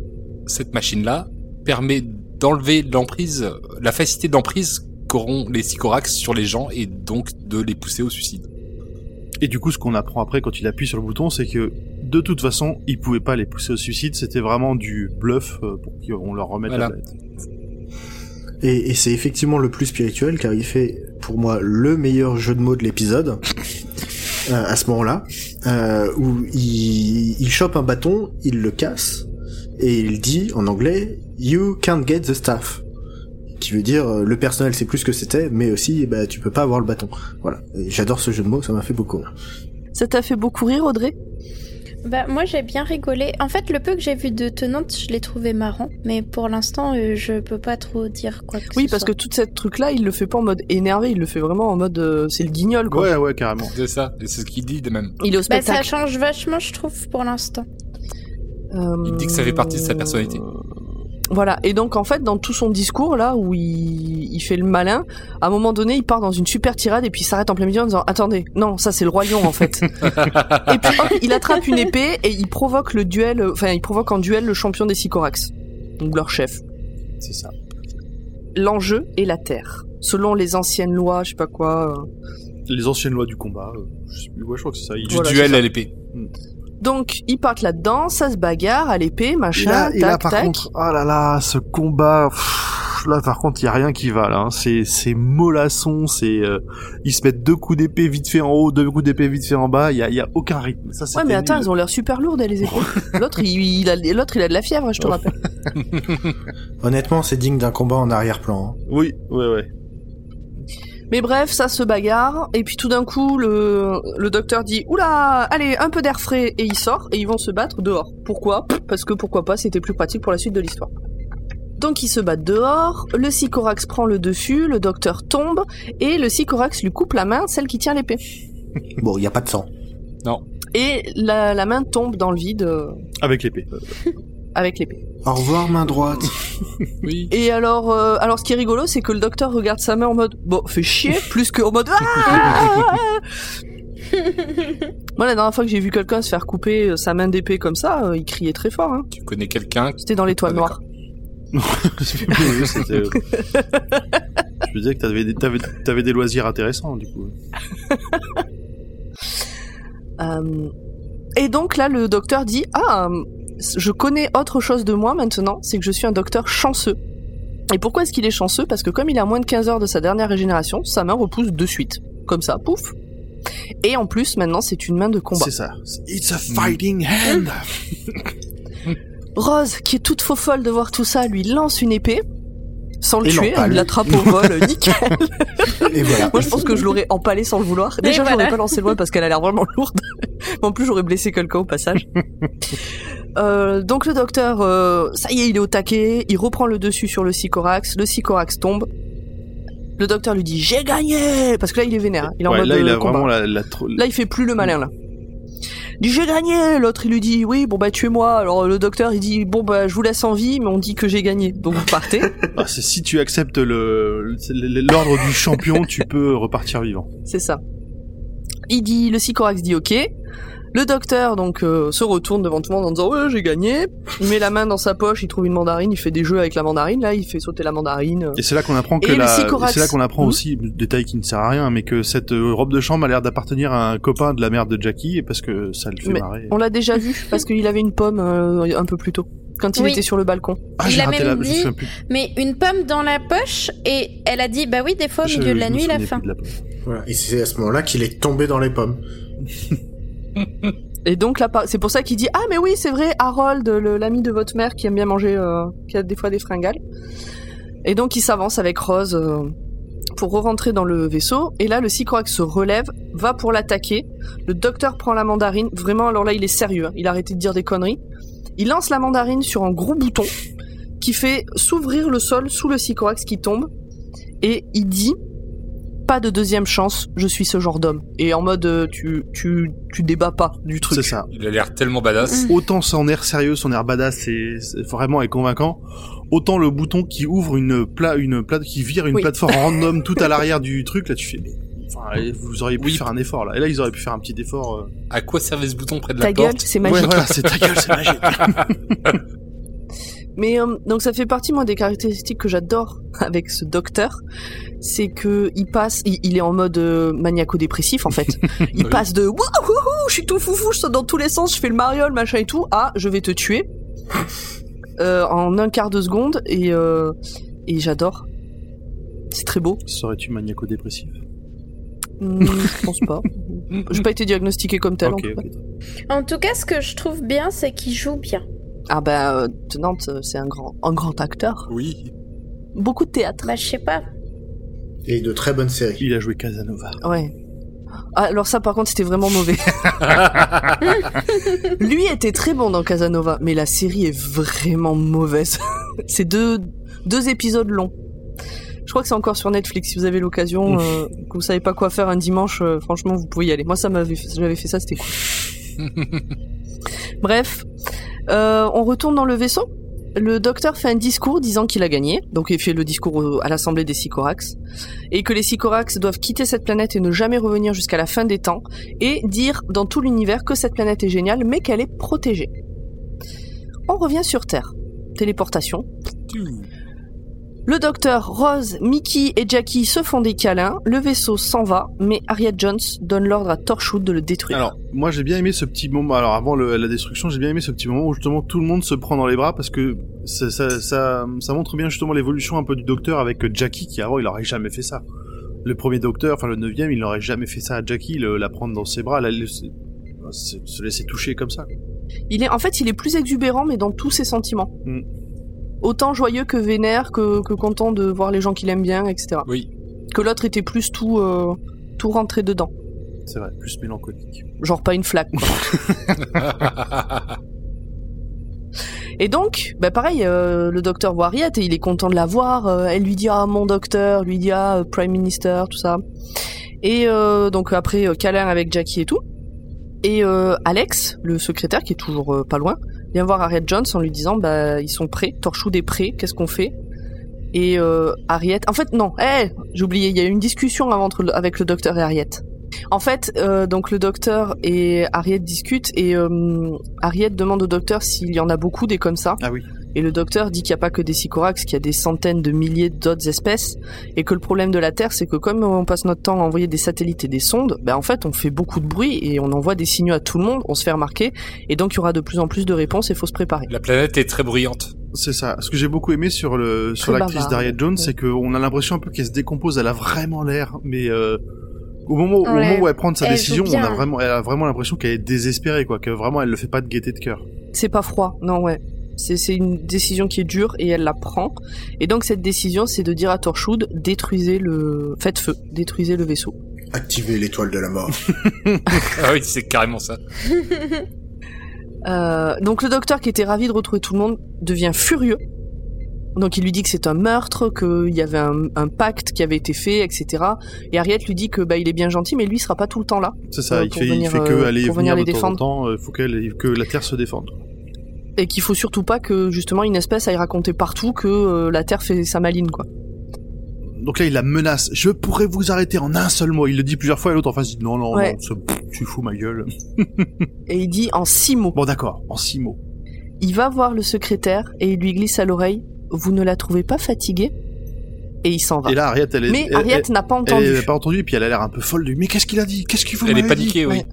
cette machine-là permet d'enlever l'emprise, la facilité d'emprise qu'auront les psychorax sur les gens et donc de les pousser au suicide. Et du coup, ce qu'on apprend après quand il appuie sur le bouton, c'est que de toute façon, il pouvait pas les pousser au suicide, c'était vraiment du bluff euh, pour qu'on leur remette Voilà. la planète. Et, et c'est effectivement le plus spirituel car il fait pour moi le meilleur jeu de mots de l'épisode euh, à ce moment-là euh, où il, il chope un bâton, il le casse et il dit en anglais You can't get the staff qui veut dire euh, le personnel c'est plus ce que c'était mais aussi eh ben, tu peux pas avoir le bâton. Voilà, Et j'adore ce jeu de mots, ça m'a fait beaucoup. rire. Ça t'a fait beaucoup rire, Audrey Bah moi j'ai bien rigolé. En fait le peu que j'ai vu de Tenante, je l'ai trouvé marrant, mais pour l'instant euh, je peux pas trop dire quoi que Oui, ce parce que soit. tout cette truc-là, il le fait pas en mode énervé, il le fait vraiment en mode euh, c'est le guignol quoi. Ouais, ouais, carrément. C'est ça, et c'est ce qu'il dit de même. Il est au bah, ça spectacle. change vachement je trouve pour l'instant. Euh, Il dit que ça fait partie de sa personnalité. Voilà, et donc en fait, dans tout son discours là où il, il fait le malin, à un moment donné, il part dans une super tirade et puis il s'arrête en plein milieu en disant Attendez, non, ça c'est le roi lion en fait. et puis hop, il attrape une épée et il provoque le duel, euh, enfin, il provoque en duel le champion des Sycorax, donc leur chef. C'est ça. L'enjeu est la terre, selon les anciennes lois, je sais pas quoi. euh, Les anciennes lois du combat, euh, je, sais plus, ouais, je crois que c'est ça. Il- Du Voilà, c'est duel ça. à l'épée. Donc ils partent là-dedans, ça se bagarre à l'épée, Et machin, là, et tac, là, par tac. contre, oh là là, ce combat, pff, là, par contre, il y a rien qui va, là. hein. C'est, c'est mollasson, c'est, euh, ils se mettent deux coups d'épée vite fait en haut, deux coups d'épée vite fait en bas, il y a, il y a aucun rythme. Ça, Ouais c'était mais attends, nul. ils ont l'air super lourdes les épaules. L'autre il, il a l'autre il a de la fièvre, je te Oh. rappelle. Honnêtement, c'est digne d'un combat en arrière-plan. hein. Oui, ouais, ouais. Mais bref, ça se bagarre et puis tout d'un coup le le docteur dit "Oula, allez, un peu d'air frais" et il sort et ils vont se battre dehors. Pourquoi Parce que pourquoi pas, c'était plus pratique pour la suite de l'histoire. Donc ils se battent dehors, le Sycorax prend le dessus, le docteur tombe et le Sycorax lui coupe la main, celle qui tient l'épée. Bon, il y a pas de sang. Et la, la main tombe dans le vide euh, Avec l'épée. avec l'épée. Au revoir main droite. Oui. Et alors, euh, alors ce qui est rigolo, c'est que le docteur regarde sa main en mode bon, fais chier, plus que en mode. Ah Moi, la dernière fois que j'ai vu quelqu'un se faire couper euh, sa main d'épée comme ça, euh, il criait très fort. Hein. Tu connais quelqu'un C'était dans l'étoile Ah, noire. Oui, c'était- euh, Je me disais que t'avais des, t'avais, t'avais des loisirs intéressants, du coup. Euh, Et donc là, le docteur dit Ah, euh, je connais autre chose de moi maintenant, c'est que je suis un docteur chanceux. Et pourquoi est-ce qu'il est chanceux Parce que comme il a moins de 15 heures de sa dernière régénération, sa main repousse de suite. Comme ça, pouf Et en plus, maintenant, c'est une main de combat. C'est ça. It's a fighting hand Rose, qui est toute faux folle de voir tout ça, lui lance une épée. Sans le Et tuer, l'empale. il l'attrape au vol, nickel. Et voilà. Moi, je pense que je l'aurais empalée sans le vouloir. Déjà, je voilà. l'aurais pas lancé loin parce qu'elle a l'air vraiment lourde. Mais en plus, j'aurais blessé quelqu'un au passage. Euh, donc, le docteur, euh, ça y est, il est au taquet. Il reprend le dessus sur le sycorax. Le sycorax tombe. Le docteur lui dit J'ai gagné Parce que là, il est vénère. hein. Il est en Ouais, mode là, il euh, a combat. vraiment la, la tro- Là, il fait plus le malin, là. Il dit, j'ai gagné L'autre, il lui dit, oui, bon, bah, tuez-moi. Alors, le docteur, il dit, bon, bah, je vous laisse en vie, mais on dit que j'ai gagné. Donc, vous partez. Ah, c'est si tu acceptes le, le- l'ordre du champion, tu peux repartir vivant. C'est ça. Il dit, le Sycorax dit ok. Le docteur, donc, euh, se retourne devant tout le monde en disant, ouais, j'ai gagné. Il met la main dans sa poche, il trouve une mandarine, il fait des jeux avec la mandarine, là, il fait sauter la mandarine. euh. Et c'est là qu'on apprend que Et le la, Sycorax. c'est là qu'on apprend Mmh. Mhm. aussi, détail qui ne sert à rien, mais que cette euh, robe de chambre a l'air d'appartenir à un copain de la mère de Jackie, et parce que ça le fait Mais marrer. On l'a déjà vu, parce qu'il avait une pomme euh, un peu plus tôt, quand il Oui. était sur le balcon. Ah, Il j'ai a raté même la, je dit- me souviens plus- Mais une pomme dans la poche et elle a dit bah oui des fois au je- milieu de la je me nuit la souvenais faim. plus de la pomme. Voilà. Et c'est à ce moment-là qu'il est tombé dans les pommes. Et donc là, par- c'est pour ça qu'il dit ah mais oui c'est vrai Harold, le- l'ami de votre mère qui aime bien manger, euh, qui a des fois des fringales. Et donc il s'avance avec Rose euh, pour re-rentrer dans le vaisseau. Et là le Sycorax se relève, va pour l'attaquer. Le docteur prend la mandarine. Vraiment alors là il est sérieux. hein. Il a arrêté de dire des conneries. Il lance la mandarine sur un gros bouton qui fait s'ouvrir le sol sous le Sycorax qui tombe. Et il dit pas de deuxième chance, je suis ce genre d'homme. Et en mode euh, tu tu tu débats pas du truc. C'est ça. Il a l'air tellement Mm. badass. Mmh. Autant son air sérieux, son air badass, c'est c'est- vraiment est convaincant. Autant le bouton qui ouvre une pla une plate, qui vire une Oui. plateforme random tout à l'arrière du truc, là tu fais, mais, enfin, vous auriez pu Oui. faire un effort là. Et là ils auraient pu faire un petit effort. euh, À quoi servait ce bouton près de la Ta gueule, porte c'est magique. Ouais, voilà, c'est ta gueule, c'est magique. Mais euh, donc ça fait partie moi des caractéristiques que j'adore avec ce docteur, c'est que il passe, il, il est en mode euh, maniaco-dépressif en fait. Il Oui. passe de wouhou, wouhou, je suis tout foufou, je saute dans tous les sens, je fais le mariole, machin et tout, à je vais te tuer Euh, en un quart de seconde et euh, et j'adore. C'est très beau. Serais-tu maniaco-dépressif Hmm, je pense pas. J'ai pas été diagnostiqué comme tel. en Ok, tout cas. ok. En tout cas ce que je trouve bien c'est qu'il joue bien. Ah bah euh, Tenante, c'est un grand un grand acteur. Oui. Beaucoup de théâtre. Bah je sais pas. Et de très bonnes séries. Il a joué Casanova. Ouais. Ah, alors ça, par contre, c'était vraiment mauvais. Lui était très bon dans Casanova, mais la série est vraiment mauvaise. c'est deux, deux épisodes longs. Je crois que c'est encore sur Netflix. Si vous avez l'occasion, euh, que vous savez pas quoi faire un dimanche, euh, franchement, vous pouvez y aller. Moi, ça m'avait, j'avais fait ça, c'était cool. Bref, euh, on retourne dans le vaisseau. Le docteur fait un discours disant qu'il a gagné, donc il fait le discours au- à l'assemblée des Sycorax, et que les Sycorax doivent quitter cette planète et ne jamais revenir jusqu'à la fin des temps, et dire dans tout l'univers que cette planète est géniale, mais qu'elle est protégée. On revient sur Terre. Téléportation. Le docteur, Rose, Mickey et Jackie se font des câlins, le vaisseau s'en va, mais Harriet Jones donne l'ordre à Torchwood de le détruire. Alors, moi j'ai bien aimé ce petit moment. Alors, avant le- la destruction, j'ai bien aimé ce petit moment où justement tout le monde se prend dans les bras parce que ça, ça, ça, ça montre bien justement l'évolution un peu du docteur avec euh, Jackie qui avant il aurait jamais fait ça. Le premier docteur, enfin le neuvième, il n'aurait jamais fait ça à Jackie, le- la prendre dans ses bras, la laisser- se se laisser toucher comme ça. Il est, en fait, il est plus exubérant, mais dans tous ses sentiments. Mm. Autant joyeux que vénère, que, que content de voir les gens qu'il aime bien, etc. Oui. Que l'autre était plus tout, euh, tout rentré dedans. C'est vrai, plus mélancolique. Genre pas une flaque. quoi. et donc, bah pareil, euh, le docteur voit Harriet et il est content de la voir. Euh, elle lui dit ah mon docteur, lui dit ah euh, prime minister, tout ça. Et euh, donc après euh, câlin avec Jackie et tout. Et euh, Alex, le secrétaire qui est toujours euh, pas loin, vient voir Harriet Jones en lui disant bah ils sont prêts, Torchwood est prêt, qu'est-ce qu'on fait Et eh, euh, Harriet, en fait non, hé, j'ai oublié, il y a eu une discussion avant entre le- avec le docteur et Harriet. En fait, euh, donc le docteur et Harriet discutent et euh, Harriet demande au docteur s'il y en a beaucoup des comme ça. Ah oui. Et le docteur dit qu'il n'y a pas que des sycorax, qu'il y a des centaines de milliers d'autres espèces, et que le problème de la Terre, c'est que comme on passe notre temps à envoyer des satellites et des sondes, ben en fait, on fait beaucoup de bruit et on envoie des signaux à tout le monde, on se fait remarquer, et donc il y aura de plus en plus de réponses et faut se préparer. La planète est très bruyante. C'est ça. Ce que j'ai beaucoup aimé sur le sur Très l'actrice bavard. d'Ariette Jones, c'est qu'on a l'impression un peu qu'elle se décompose. Elle a vraiment l'air, mais euh, au moment au Ouais. moment où elle prend sa Elle joue décision, on a bien. vraiment elle a vraiment l'impression qu'elle est désespérée quoi, que vraiment elle le fait pas de gaieté de cœur. C'est pas froid, non, ouais. C'est c'est une décision qui est dure et elle la prend. Et donc cette décision, c'est de dire à Torchwood, détruisez le... Faites feu, détruisez le vaisseau. Activer l'étoile de la mort. ah oui, c'est carrément ça. Euh, donc le docteur qui était ravi de retrouver tout le monde devient furieux. Donc il lui dit que c'est un meurtre, qu'il y avait un, un pacte qui avait été fait, etc. Et Harriet lui dit que bah il est bien gentil, mais lui il sera pas tout le temps là. C'est ça. Euh, il pour fait il venir, fait que euh, aller pour venir venir de les temps en temps. euh, faut qu'elle que la Terre se défende. Et qu'il faut surtout pas que justement une espèce aille raconter partout que euh, la Terre fait sa maline quoi. Donc là, il la menace. Je pourrais vous arrêter en un seul mot. Il le dit plusieurs fois et l'autre en face dit non non Ouais. non, ce- pff, tu fous ma gueule. Et il dit en six mots. Bon d'accord, en six mots. Il va voir le secrétaire et il lui glisse à l'oreille Vous ne la trouvez pas fatiguée Et il s'en va. Et là, Harriet, elle est. Ah. mais elle- Harriet n'a pas elle- elle- entendu. elle a pas entendu, et puis elle a l'air un peu folle de. Mais qu'est-ce qu'il a dit Qu'est-ce qu'il vous Elle est m'avez dit paniquée, oui. ouais.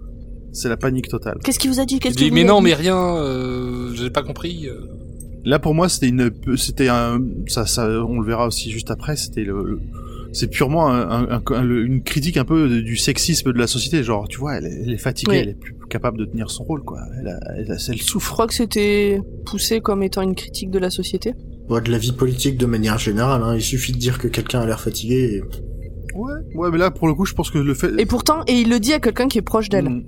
C'est la panique totale. Qu'est-ce qu'il vous a dit Il Qu'est-ce dit, qu'il mais vous a non, dit mais rien, euh, j'ai pas compris. euh. Là, pour moi, c'était une, c'était un, ça, ça, on le verra aussi juste après. C'était le, le- c'est purement un- un- un- le- une critique un peu de- du sexisme de la société. Genre, tu vois, elle, est- elle est fatiguée, Oui. elle est plus capable de tenir son rôle, quoi. Elle, a- elle, a- elle Je souffre. crois que c'était poussé comme étant une critique de la société. Bon, de la vie politique de manière générale, hein, il suffit de dire que quelqu'un a l'air fatigué. et- Ouais, ouais, mais là, pour le coup, je pense que le fait. Et pourtant, et il le dit à quelqu'un qui est proche d'elle. Mm.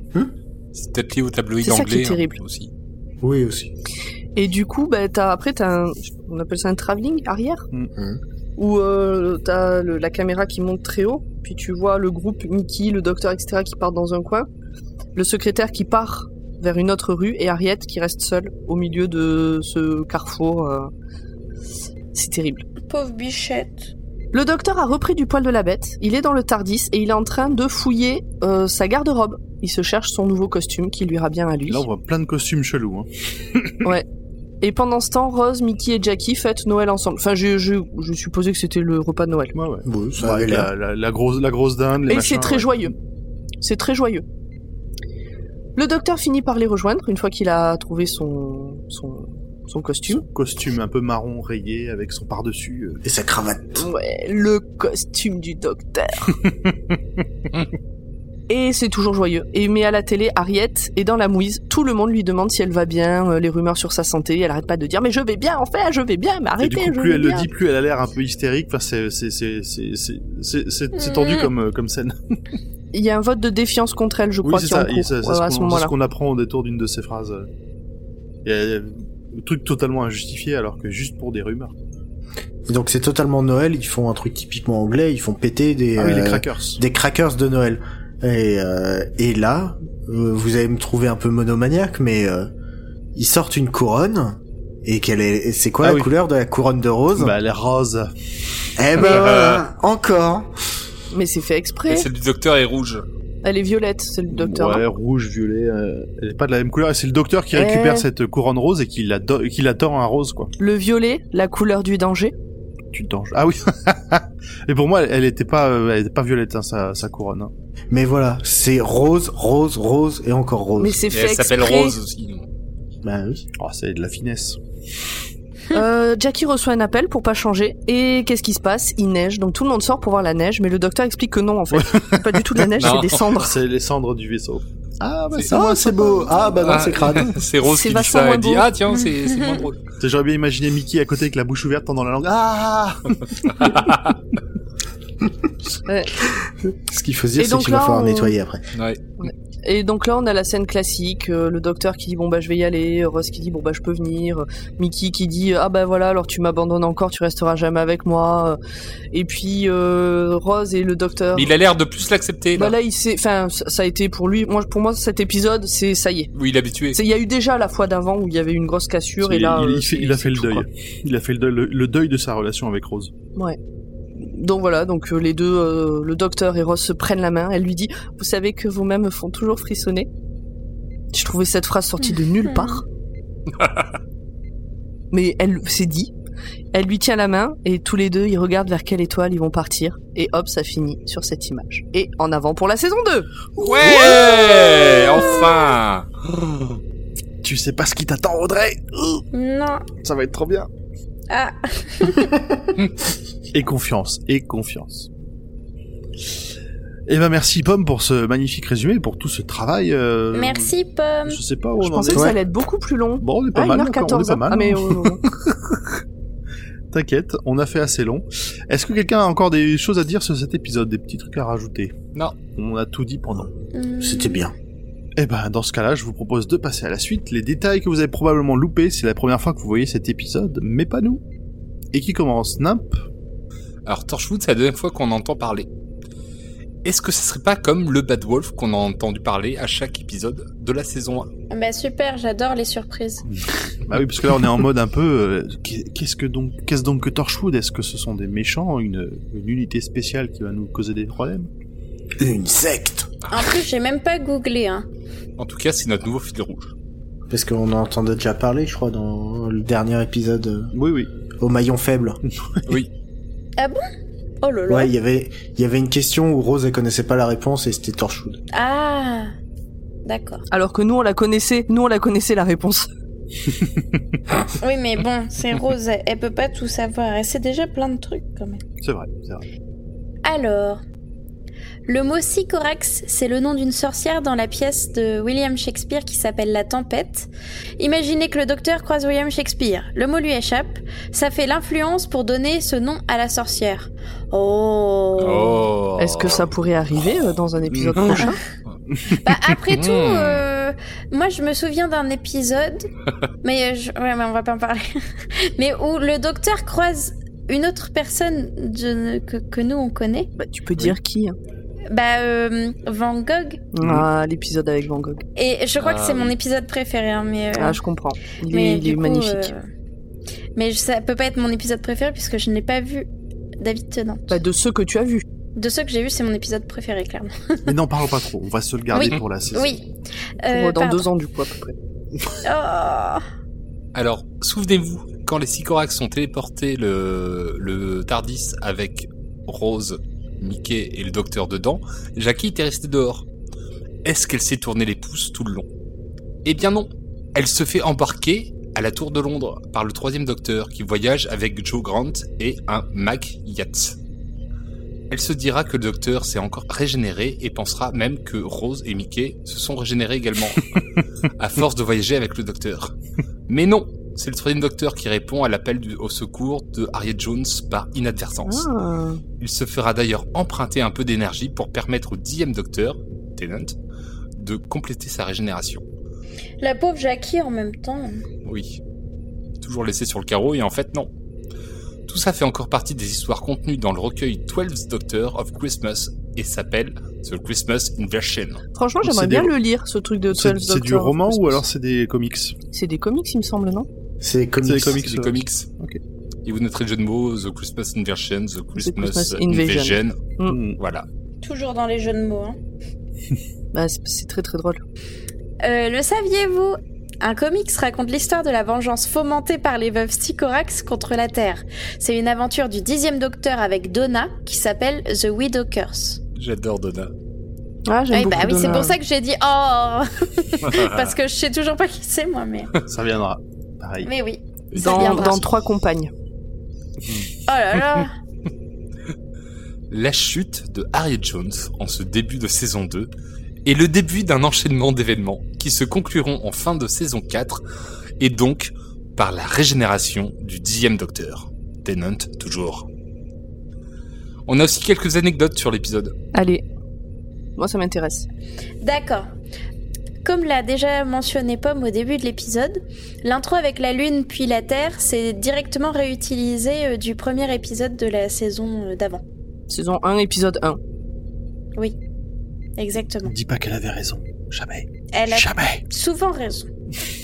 C'est peut-être lié au tabloïd C'est ça qui est anglais hein, terrible. aussi. Oui aussi. Et du coup, bah, t'as, après, t'as un, on appelle ça un travelling arrière, Mm. Mm. où euh, t'as le- la caméra qui monte très haut, puis tu vois le groupe, Mickey, le docteur, etc., qui part dans un coin, le secrétaire qui part vers une autre rue, et Harriet qui reste seule au milieu de ce carrefour. euh. C'est terrible. Pauvre bichette. Le docteur a repris du poil de la bête, il est dans le Tardis, et il est en train de fouiller euh, sa garde-robe. Il se cherche son nouveau costume qui lui ira bien à lui. Là, on voit plein de costumes chelous. Hein. Et pendant ce temps, Rose, Mickey et Jackie fêtent Noël ensemble. Enfin, je, je, je supposais que c'était le repas de Noël. Ouais, ouais. Bon, ça Bah, avait l'air. la, la, la grosse, la grosse dinde. les et c'est machins, très ouais. joyeux. C'est très joyeux. Le docteur finit par les rejoindre une fois qu'il a trouvé son, son, son costume. Costume un peu marron rayé avec son par-dessus. euh. Et sa cravate. Ouais, le costume du docteur. et c'est toujours joyeux. Et mais à la télé, Harriet est dans la mouise. Tout le monde lui demande si elle va bien, euh, les rumeurs sur sa santé. Elle arrête pas de dire mais je vais bien, enfin je vais bien, mais Et du arrêtez, coup, je plus vais elle le bien. dit, plus elle a l'air un peu hystérique. Enfin, c'est, c'est, c'est, c'est, c'est, c'est- c'est- c'est tendu Mm. comme, euh, comme scène. Il y a un vote de défiance contre elle, je Oui, crois, c'est qui ça, est en et cours ça- euh, ça, à c'est ce ce qu'on- c'est ce moment-là. qu'on apprend au détour d'une de ses phrases. Et, euh, un truc totalement injustifié, alors que juste pour des rumeurs. Et donc c'est totalement Noël. Ils font un truc typiquement anglais. Ils font péter des ah oui, les euh, crackers. des crackers de Noël. Et euh, et là, euh, vous allez me trouver un peu monomaniaque, mais euh, ils sortent une couronne. Et quelle est et c'est quoi Ah la oui. couleur de la couronne de rose Bah, les roses. Eh ben voilà, encore. Mais c'est fait Et exprès. celle du docteur est rouge. Elle est violette, c'est le docteur. hein. Ouais, rouge, violet. euh, elle est pas de la même couleur. Et c'est le docteur qui Eh. récupère cette couronne rose et qui la, do- qui la tord en rose, quoi. Le violet, la couleur du danger. Tu te danges. Ah oui. et pour moi, elle, elle était pas, euh, elle était pas violette, hein, sa, sa couronne. hein. Mais voilà, c'est rose, rose, rose et encore rose. Mais c'est Et fait elle s'appelle exprès. Rose aussi. Bah oui. Oh, c'est de la finesse. Euh, Jackie reçoit un appel pour pas changer. Et qu'est-ce qui se passe Il neige, donc tout le monde sort pour voir la neige, mais le docteur explique que non, en fait. C'est pas du tout de la neige, Non. c'est des cendres. C'est les cendres du vaisseau. Ah bah C'est- c'est oh, c'est beau. Ah bah non, c'est crade. C'est Rose C'est qui dit vachement ça. moins Elle dit beau. Ah, tiens, c'est c'est moins drôle. Tu sais, J'aurais bien imaginé Mickey à côté avec la bouche ouverte pendant la langue. Ah Ce qu'il faut se dire, Et c'est donc qu'il va là, falloir on- nettoyer après. Ouais. Oh. Et donc là, on a la scène classique. euh, le docteur qui dit bon bah je vais y aller. Rose qui dit bon bah je peux venir. euh, Mickey qui dit ah bah voilà alors tu m'abandonnes encore, tu resteras jamais avec moi. euh, Et puis euh, Rose et le docteur. Mais il a l'air de plus l'accepter. Bah Là. là, il s'est, enfin, ça ça a été pour lui. Moi, pour moi, cet épisode, c'est ça y est. Oui, il est habitué. C'est- Il y a eu déjà la fois d'avant où il y avait une grosse cassure et il, là, il- euh, il fait- c'est- il a c'est fait le tout, deuil. quoi. Il a fait le deuil, le- le deuil de sa relation avec Rose. donc voilà, donc euh, les deux, euh, le docteur et Ross se prennent la main. Elle lui dit Vous savez que vos mains me font toujours frissonner. J'ai trouvé cette phrase sortie de nulle part. Mais elle s'est dit. Elle lui tient la main et tous les deux, ils regardent vers quelle étoile ils vont partir. Et hop, ça finit sur cette image. Et en avant pour la saison 2 Ouais Enfin Tu sais pas ce qui t'attend, Audrey Ouh, Non. Ça va être trop bien Ah, Et confiance, et confiance. Eh ben merci Pomme pour ce magnifique résumé, pour tout ce travail. euh, merci Pomme. Je sais pas où Je on en pensais est. que ça allait être beaucoup plus long. Bon, on est pas Ah, mal, 1h14. encore, on est pas mal. ah, mais, hein. euh, T'inquiète, on a fait assez long. Est-ce que quelqu'un a encore des choses à dire sur cet épisode, des petits trucs à rajouter Non. On a tout dit pendant. Hmm. C'était bien. Eh ben, dans ce cas-là, je vous propose de passer à la suite. Les détails que vous avez probablement loupés, c'est la première fois que vous voyez cet épisode, mais pas nous. Et qui commence Nimp Alors Torchwood, c'est la deuxième fois qu'on entend parler. Est-ce que ce serait pas comme le Bad Wolf qu'on a entendu parler à chaque épisode de la saison 1 Bah super, j'adore les surprises. Bah oui, parce que là, on est en mode un peu... euh, qu'est- Qu'est-ce que donc qu'est-ce donc que Torchwood Est-ce que ce sont des méchants une, une unité spéciale qui va nous causer des problèmes Une secte. En plus, j'ai même pas googlé. Hein. En tout cas, c'est notre nouveau fil rouge. Parce qu'on en entendait déjà parler, je crois, dans le dernier épisode euh, Oui, oui. au maillon faible. Oh là là. Ouais, il y avait, il y avait une question où Rose elle connaissait pas la réponse et c'était Torchwood. Ah, d'accord. alors que nous, on la connaissait. Nous, on la connaissait la réponse. Oui, mais bon, c'est Rose, elle, elle peut pas tout savoir. Elle sait déjà plein de trucs quand même. C'est vrai, c'est vrai. Alors, le mot sycorax, c'est le nom d'une sorcière dans la pièce de William Shakespeare qui s'appelle La Tempête. Imaginez que le docteur croise William Shakespeare. Le mot lui échappe. Ça fait l'influence pour donner ce nom à la sorcière. Oh. Oh Est-ce que ça pourrait arriver euh, dans un épisode Mmh. prochain Bah, après tout, Hmm. euh, moi je me souviens d'un épisode, mais euh, je- ouais, mais on va pas en parler, mais où le docteur croise une autre personne de- que, que nous on connaît. Bah, tu peux dire qui hein. Bah, euh, Van Gogh. Ah, l'épisode avec Van Gogh. Et je crois Ah, que c'est oui. mon épisode préféré, hein, mais. euh, Ah, je comprends. Il mais est, il du est coup, magnifique. euh, mais je- ça peut pas être mon épisode préféré puisque je n'ai pas vu David Tennant. Bah, de ceux que tu as vus. De ceux que j'ai vu, c'est mon épisode préféré, clairement. Mais n'en parlons pas trop, on va se le garder Oui. pour la saison. Oui. Pour, Euh, euh, dans pardon. deux ans, du coup, à peu près. Oh. Alors, souvenez-vous, quand les Sycorax ont téléporté le, le Tardis avec Rose, Mickey et le docteur dedans, Jackie était restée dehors. Est-ce qu'elle s'est tournée les pouces tout le long Eh bien non Elle se fait embarquer à la Tour de Londres par le troisième docteur qui voyage avec Joe Grant et un Mac Yates. Elle se dira que le docteur s'est encore régénéré et pensera même que Rose et Mickey se sont régénérés également à force de voyager avec le docteur. Mais non, c'est le troisième docteur qui répond à l'appel du- au secours de Harriet Jones par inadvertance. Ah. Il se fera d'ailleurs emprunter un peu d'énergie pour permettre au dixième docteur, Tennant, de compléter sa régénération. La pauvre Jackie en même temps. Oui. Toujours laissé sur le carreau et en fait non. Tout ça fait encore partie des histoires contenues dans le recueil 12 Doctor of Christmas et s'appelle The Christmas Inversion. Franchement, C'est j'aimerais des- bien le lire, ce truc de C'est 12 c'est du Doctors. roman ou alors c'est des comics C'est des comics, il me semble, non C'est comics. C'est les comics. C'est des ouais. comics. euh, Ok. Et vous noterez le jeu de mots The Christmas Inversion, The Christmas, Christmas Invasion. Invasion. Mm. Hmm. Voilà. Toujours dans les jeux de mots. hein. Bah, c'est- c'est très très drôle. Euh, le saviez-vous un comics raconte l'histoire de la vengeance fomentée par les veuves Sycorax contre la Terre. C'est une aventure du dixième docteur avec Donna qui s'appelle The Widow Curse. J'adore Donna. Ah, j'aime Oui, bah beaucoup oui, c'est Donna. pour ça que j'ai dit oh parce que je sais toujours pas qui c'est moi, mais Ça viendra. Pareil. mais oui. ça Dans, viendra. dans Trois compagnes. Oh là là. la chute de Harriet Jones en ce début de saison 2 et le début d'un enchaînement d'événements qui se concluront en fin de saison 4 et donc par la régénération du dixième docteur. Tennant toujours. On a aussi quelques anecdotes sur l'épisode. Allez. Moi, ça m'intéresse. D'accord. Comme l'a déjà mentionné Pomme au début de l'épisode, l'intro avec la Lune puis la Terre, c'est directement réutilisé euh, du premier épisode de la saison euh, d'avant. Saison 1, épisode 1. Exactement. Dis pas qu'elle avait raison. Jamais. Elle a Jamais. souvent raison.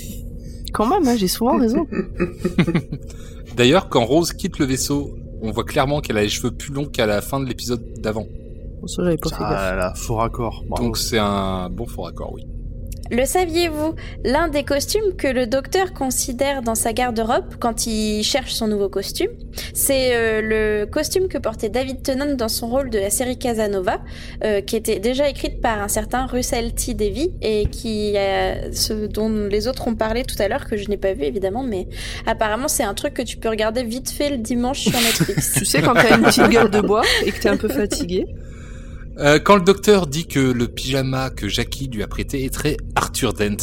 Quand même, hein, j'ai souvent raison. D'ailleurs, quand Rose quitte le vaisseau on voit clairement qu'elle a les cheveux plus longs qu'à la fin de l'épisode d'avant. Bon, ça, j'avais pas fait gaffe. Ah là, faux raccord. bravo. Donc c'est un bon fort accord, oui. Le saviez-vous L'un des costumes que le docteur considère dans sa garde-robe quand il cherche son nouveau costume, c'est euh, le costume que portait David Tennant dans son rôle de la série Casanova, euh, qui était déjà écrite par un certain Russell T. Davy et qui, euh, ce dont les autres ont parlé tout à l'heure que je n'ai pas vu évidemment, mais apparemment c'est un truc que tu peux regarder vite fait le dimanche sur Netflix. Tu sais, quand t'as une petite gueule de bois et que t'es un peu fatigué, Euh, quand le docteur dit que le pyjama que Jackie lui a prêté est très Arthur Dent,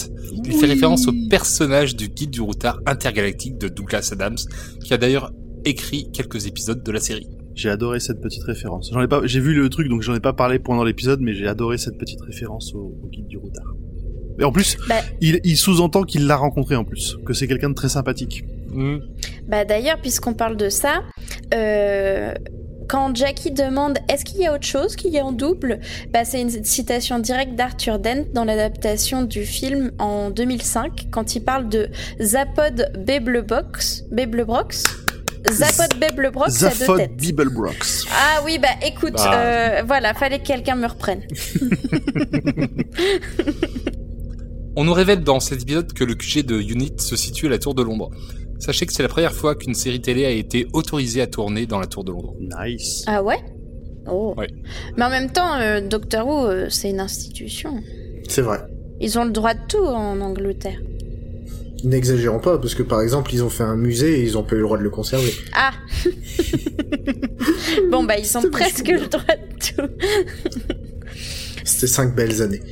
il fait référence au personnage du guide du routard intergalactique de Douglas Adams, qui a d'ailleurs écrit quelques épisodes de la série. J'ai adoré cette petite référence. J'en ai pas, j'ai vu le truc donc j'en ai pas parlé pendant l'épisode, mais j'ai adoré cette petite référence au, au guide du routard. Et en plus, Bah. il, il sous-entend qu'il l'a rencontré en plus, que c'est quelqu'un de très sympathique. Bah d'ailleurs, puisqu'on parle de ça, euh, quand Jackie demande est-ce qu'il y a autre chose qu'il y a en double, bah c'est une citation directe d'Arthur Dent dans l'adaptation du film en 2005 quand il parle de Zapod Beblebrox, Beblebrox, Zapod Beblebrox à deux Zaphod têtes. Beeblebrox. Ah oui, bah écoute, Bah. euh, voilà, fallait que quelqu'un me reprenne. On nous révèle dans cet épisode que le QG de Unit se situe à la Tour de Londres. Sachez que c'est la première fois qu'une série télé a été autorisée à tourner dans la Tour de Londres. Nice. Ah ouais Oh. Ouais. Mais en même temps, euh, Doctor Who, euh, c'est une institution. C'est vrai. Ils ont le droit de tout en Angleterre. N'exagérons pas, parce que par exemple, ils ont fait un musée et ils ont pas eu le droit de le conserver. Ah Bon bah ils sont C'était presque vachement le droit de tout. C'était cinq belles années.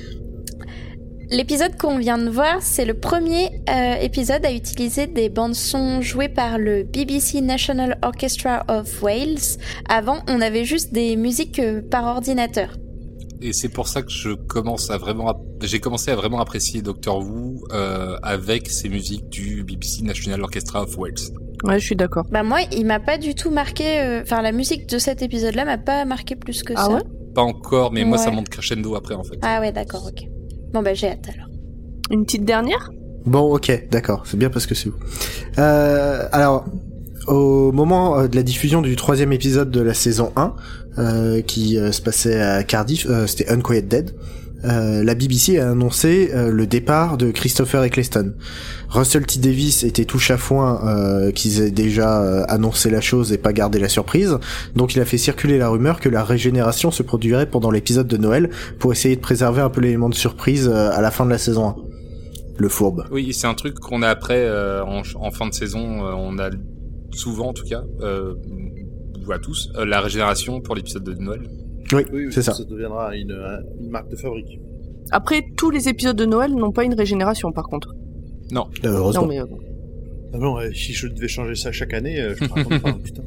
L'épisode qu'on vient de voir, c'est le premier euh, épisode à utiliser des bandes son jouées par le BBC National Orchestra of Wales. Avant, on avait juste des musiques euh, par ordinateur. Et c'est pour ça que je commence à vraiment, app- j'ai commencé à vraiment apprécier Doctor Who euh, avec ses musiques du BBC National Orchestra of Wales. ouais, je suis d'accord. Bah moi, il m'a pas du tout marqué. euh, Enfin, la musique de cet épisode-là m'a pas marqué plus que Ah ça. ouais Pas encore, mais moi ça Ouais. monte crescendo après en fait. ah ouais, d'accord, ok. Bon bah j'ai hâte alors. Une petite dernière Bon, ok, d'accord. C'est bien parce que c'est vous. Euh, alors, au moment euh, de la diffusion du troisième épisode de la saison 1, euh, qui euh, se passait à Cardiff, euh, c'était Unquiet Dead, euh, la BBC a annoncé euh, le départ de Christopher Eccleston. Russell T. Davis était touche à foin euh, qu'ils aient déjà euh, annoncé la chose et pas gardé la surprise, donc il a fait circuler la rumeur que la régénération se produirait pendant l'épisode de Noël pour essayer de préserver un peu l'élément de surprise euh, à la fin de la saison 1. Le fourbe. Oui, c'est un truc qu'on a après euh, en, en fin de saison. euh, on a souvent, en tout cas, euh, ou à tous, euh, la régénération pour l'épisode de Noël. Oui, c'est ça. deviendra une, marque de fabrique. Après, tous les épisodes de Noël n'ont pas une régénération, par contre. Euh, Heureusement. Non, mais euh, Ah bon, euh, si je devais changer ça chaque année, euh, je me raconte pas, putain.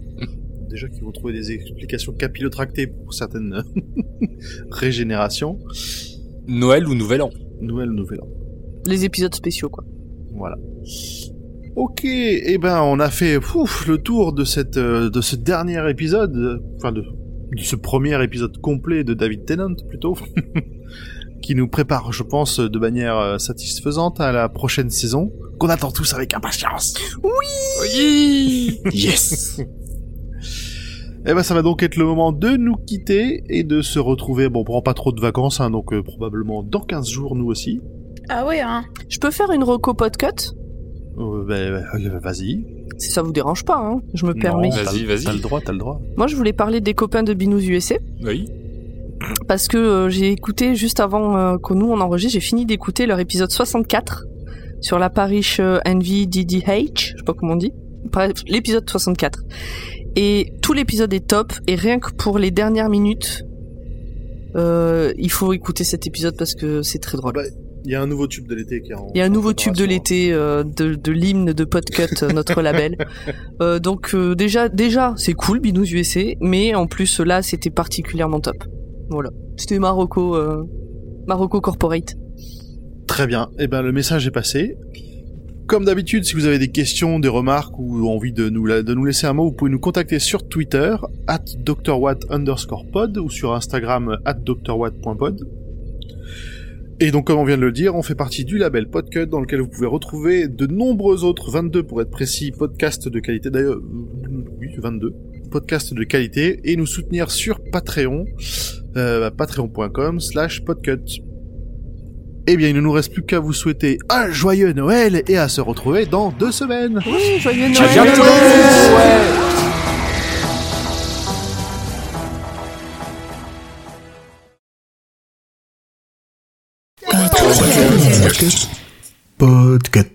Déjà qu'ils vont trouver des explications capillotractées pour certaines euh, régénérations. Noël ou Nouvel An. Nouvelle, nouvelle. les épisodes spéciaux, quoi. Voilà. Ok, et ben on a fait pouf, le tour de cette euh, de ce dernier épisode, euh, enfin de, de ce premier épisode complet de David Tennant plutôt, qui nous prépare, je pense, de manière euh, satisfaisante à la prochaine saison qu'on attend tous avec impatience. Oui Yes Et ben ça va donc être le moment de nous quitter et de se retrouver. Bon, on prend pas trop de vacances, hein, donc euh, probablement dans 15 jours nous aussi. Ah ouais, hein. Je peux faire une reco podcut Euh, ben, ben, vas-y, Si ça vous dérange pas, hein. Je me Non. permets. Vas-y, Vas-y, t'as le vas-y. droit, t'as le droit. Moi, je voulais parler des copains de Binous USA. Oui. parce que euh, j'ai écouté juste avant euh, que nous on enregistre, j'ai fini d'écouter leur épisode 64 sur la parish euh, Envy DDH, je sais pas comment on dit. Bref, l'épisode 64. Et tout l'épisode est top et rien que pour les dernières minutes euh, il faut écouter cet épisode parce que c'est très drôle. Bah, Il y a un nouveau tube de l'été qui est en Il y a un en nouveau tube de préparation, hein. l'été euh, de, de l'hymne de Podcut, euh, notre label. Euh, donc euh, déjà, déjà, c'est cool, Binous USC, mais en plus là, c'était particulièrement top. Voilà, c'était Marocco, euh, Marocco Corporate. Très bien. Eh ben, le message est passé. Comme d'habitude, si vous avez des questions, des remarques ou envie de nous, la- de nous laisser un mot, vous pouvez nous contacter sur Twitter, at drwatt underscore pod, ou sur Instagram, at drwatt.pod. Et donc, comme on vient de le dire, on fait partie du label Podcut, dans lequel vous pouvez retrouver de nombreux autres, 22 pour être précis, podcasts de qualité. D'ailleurs, euh, oui, 22. podcast de qualité et nous soutenir sur Patreon, euh, patreon.com slash podcut. Eh bien, il ne nous reste plus qu'à vous souhaiter un joyeux Noël et à se retrouver dans deux semaines. Oui, joyeux À Noël. bientôt Podcast.